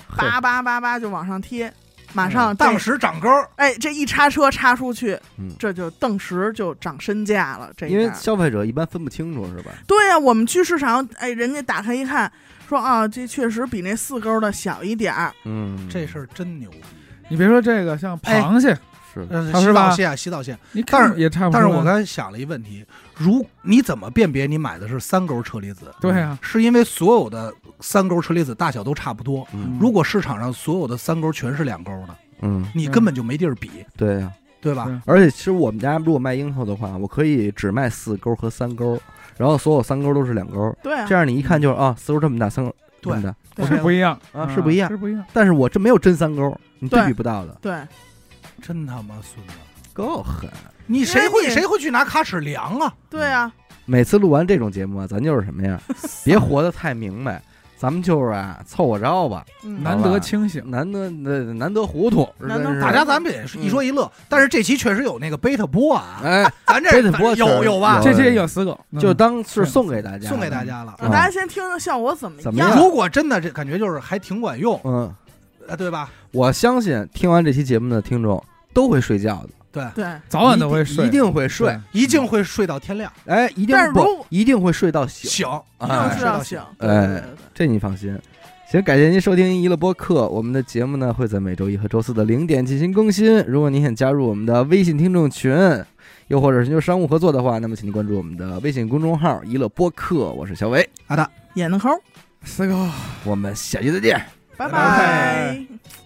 A: 嘿
C: 叭叭叭叭就往上贴，马上这
B: 当时长钩儿，
C: 哎这一插车插出去
A: 嗯，
C: 这就顿时就涨身价了。这一
A: 因为
C: 下
A: 消费者一般分不清楚是吧？
C: 对呀、我们去市场，哎，人家打开一看，说啊，这确实比那四勾的小一点儿。
A: 嗯，
B: 这事儿真牛逼。
D: 你别说这个，像螃蟹，
A: 是
B: 呃
D: 他
B: 洗
D: 是吧
B: 澡蟹，洗澡蟹。
D: 你看
B: 但是
D: 也差不多。
B: 但是我刚才想了一问题，如你怎么辨别你买的是三钩车厘子？
D: 对啊，
B: 是因为所有的三钩车厘子大小都差不多。
A: 嗯
B: 如果市场上所有的三钩全是两钩的，
A: 嗯，
B: 你根本就没地儿比，
A: 对呀、
B: 对吧？
D: 嗯
A: 而且其实我们家如果卖樱桃的话，我可以只卖四勾和三勾，然后所有三勾都是两勾，
C: 对啊
A: 这，样你一看就是啊，四勾这么大，三勾这么大，
C: 对
D: 是不一样嗯
A: 啊是不一样
D: 是不一样。
A: 但是我这没有真三勾，你对
C: 对
A: 比不到的，
C: 对，
B: 真他妈孙子！
A: 够狠。
B: 你谁
C: 因为
B: 会
C: 你
B: 谁会去拿卡尺量啊？
C: 对啊，
A: 每次录完这种节目啊，咱就是什么呀？别活得太明白，咱们就是啊，凑合着吧，
C: 嗯，
D: 难得清醒，
A: 难得那难得糊涂，
C: 难得
A: 真是嗯
B: 大家咱们也是一说一乐，但是这期确实有那个贝塔波啊，
A: 哎，
B: 咱这
A: 贝塔波
B: 有有吧
A: 有？
D: 这些有死狗，
A: 就
D: 嗯
A: 当是送给大家，
B: 送给大。家了。
C: 让大家先听听效果怎么
A: 怎么样
B: 如果真的这感觉就是还挺管用，
A: 嗯，
B: 呃，对吧？
A: 我相信听完这期节目的听众都会睡觉的，
C: 对，嗯
D: 早晚都会
A: 一
D: 睡，
A: 定一定会睡，
B: 一定会睡到天亮，
A: 哎，一定
C: 但是如
A: 不一定会睡到醒，
B: 醒，
A: 哎
C: 一定嗯是啊
B: 睡到
C: 要
B: 醒
C: 醒。对
A: 哎
C: 对对对对
A: 这你放心。行，感谢您收听娱乐播客。我们的节目呢会在每周一和周四的零点进行更新。如果您想加入我们的微信听众群，又或者是寻求商务合作的话，那么请您关注我们的微信公众号“娱乐播客”。我是小伟，
C: 眼能抠，
D: 死狗。
A: 我们下期再见。
C: 拜
B: 拜拜
C: 拜。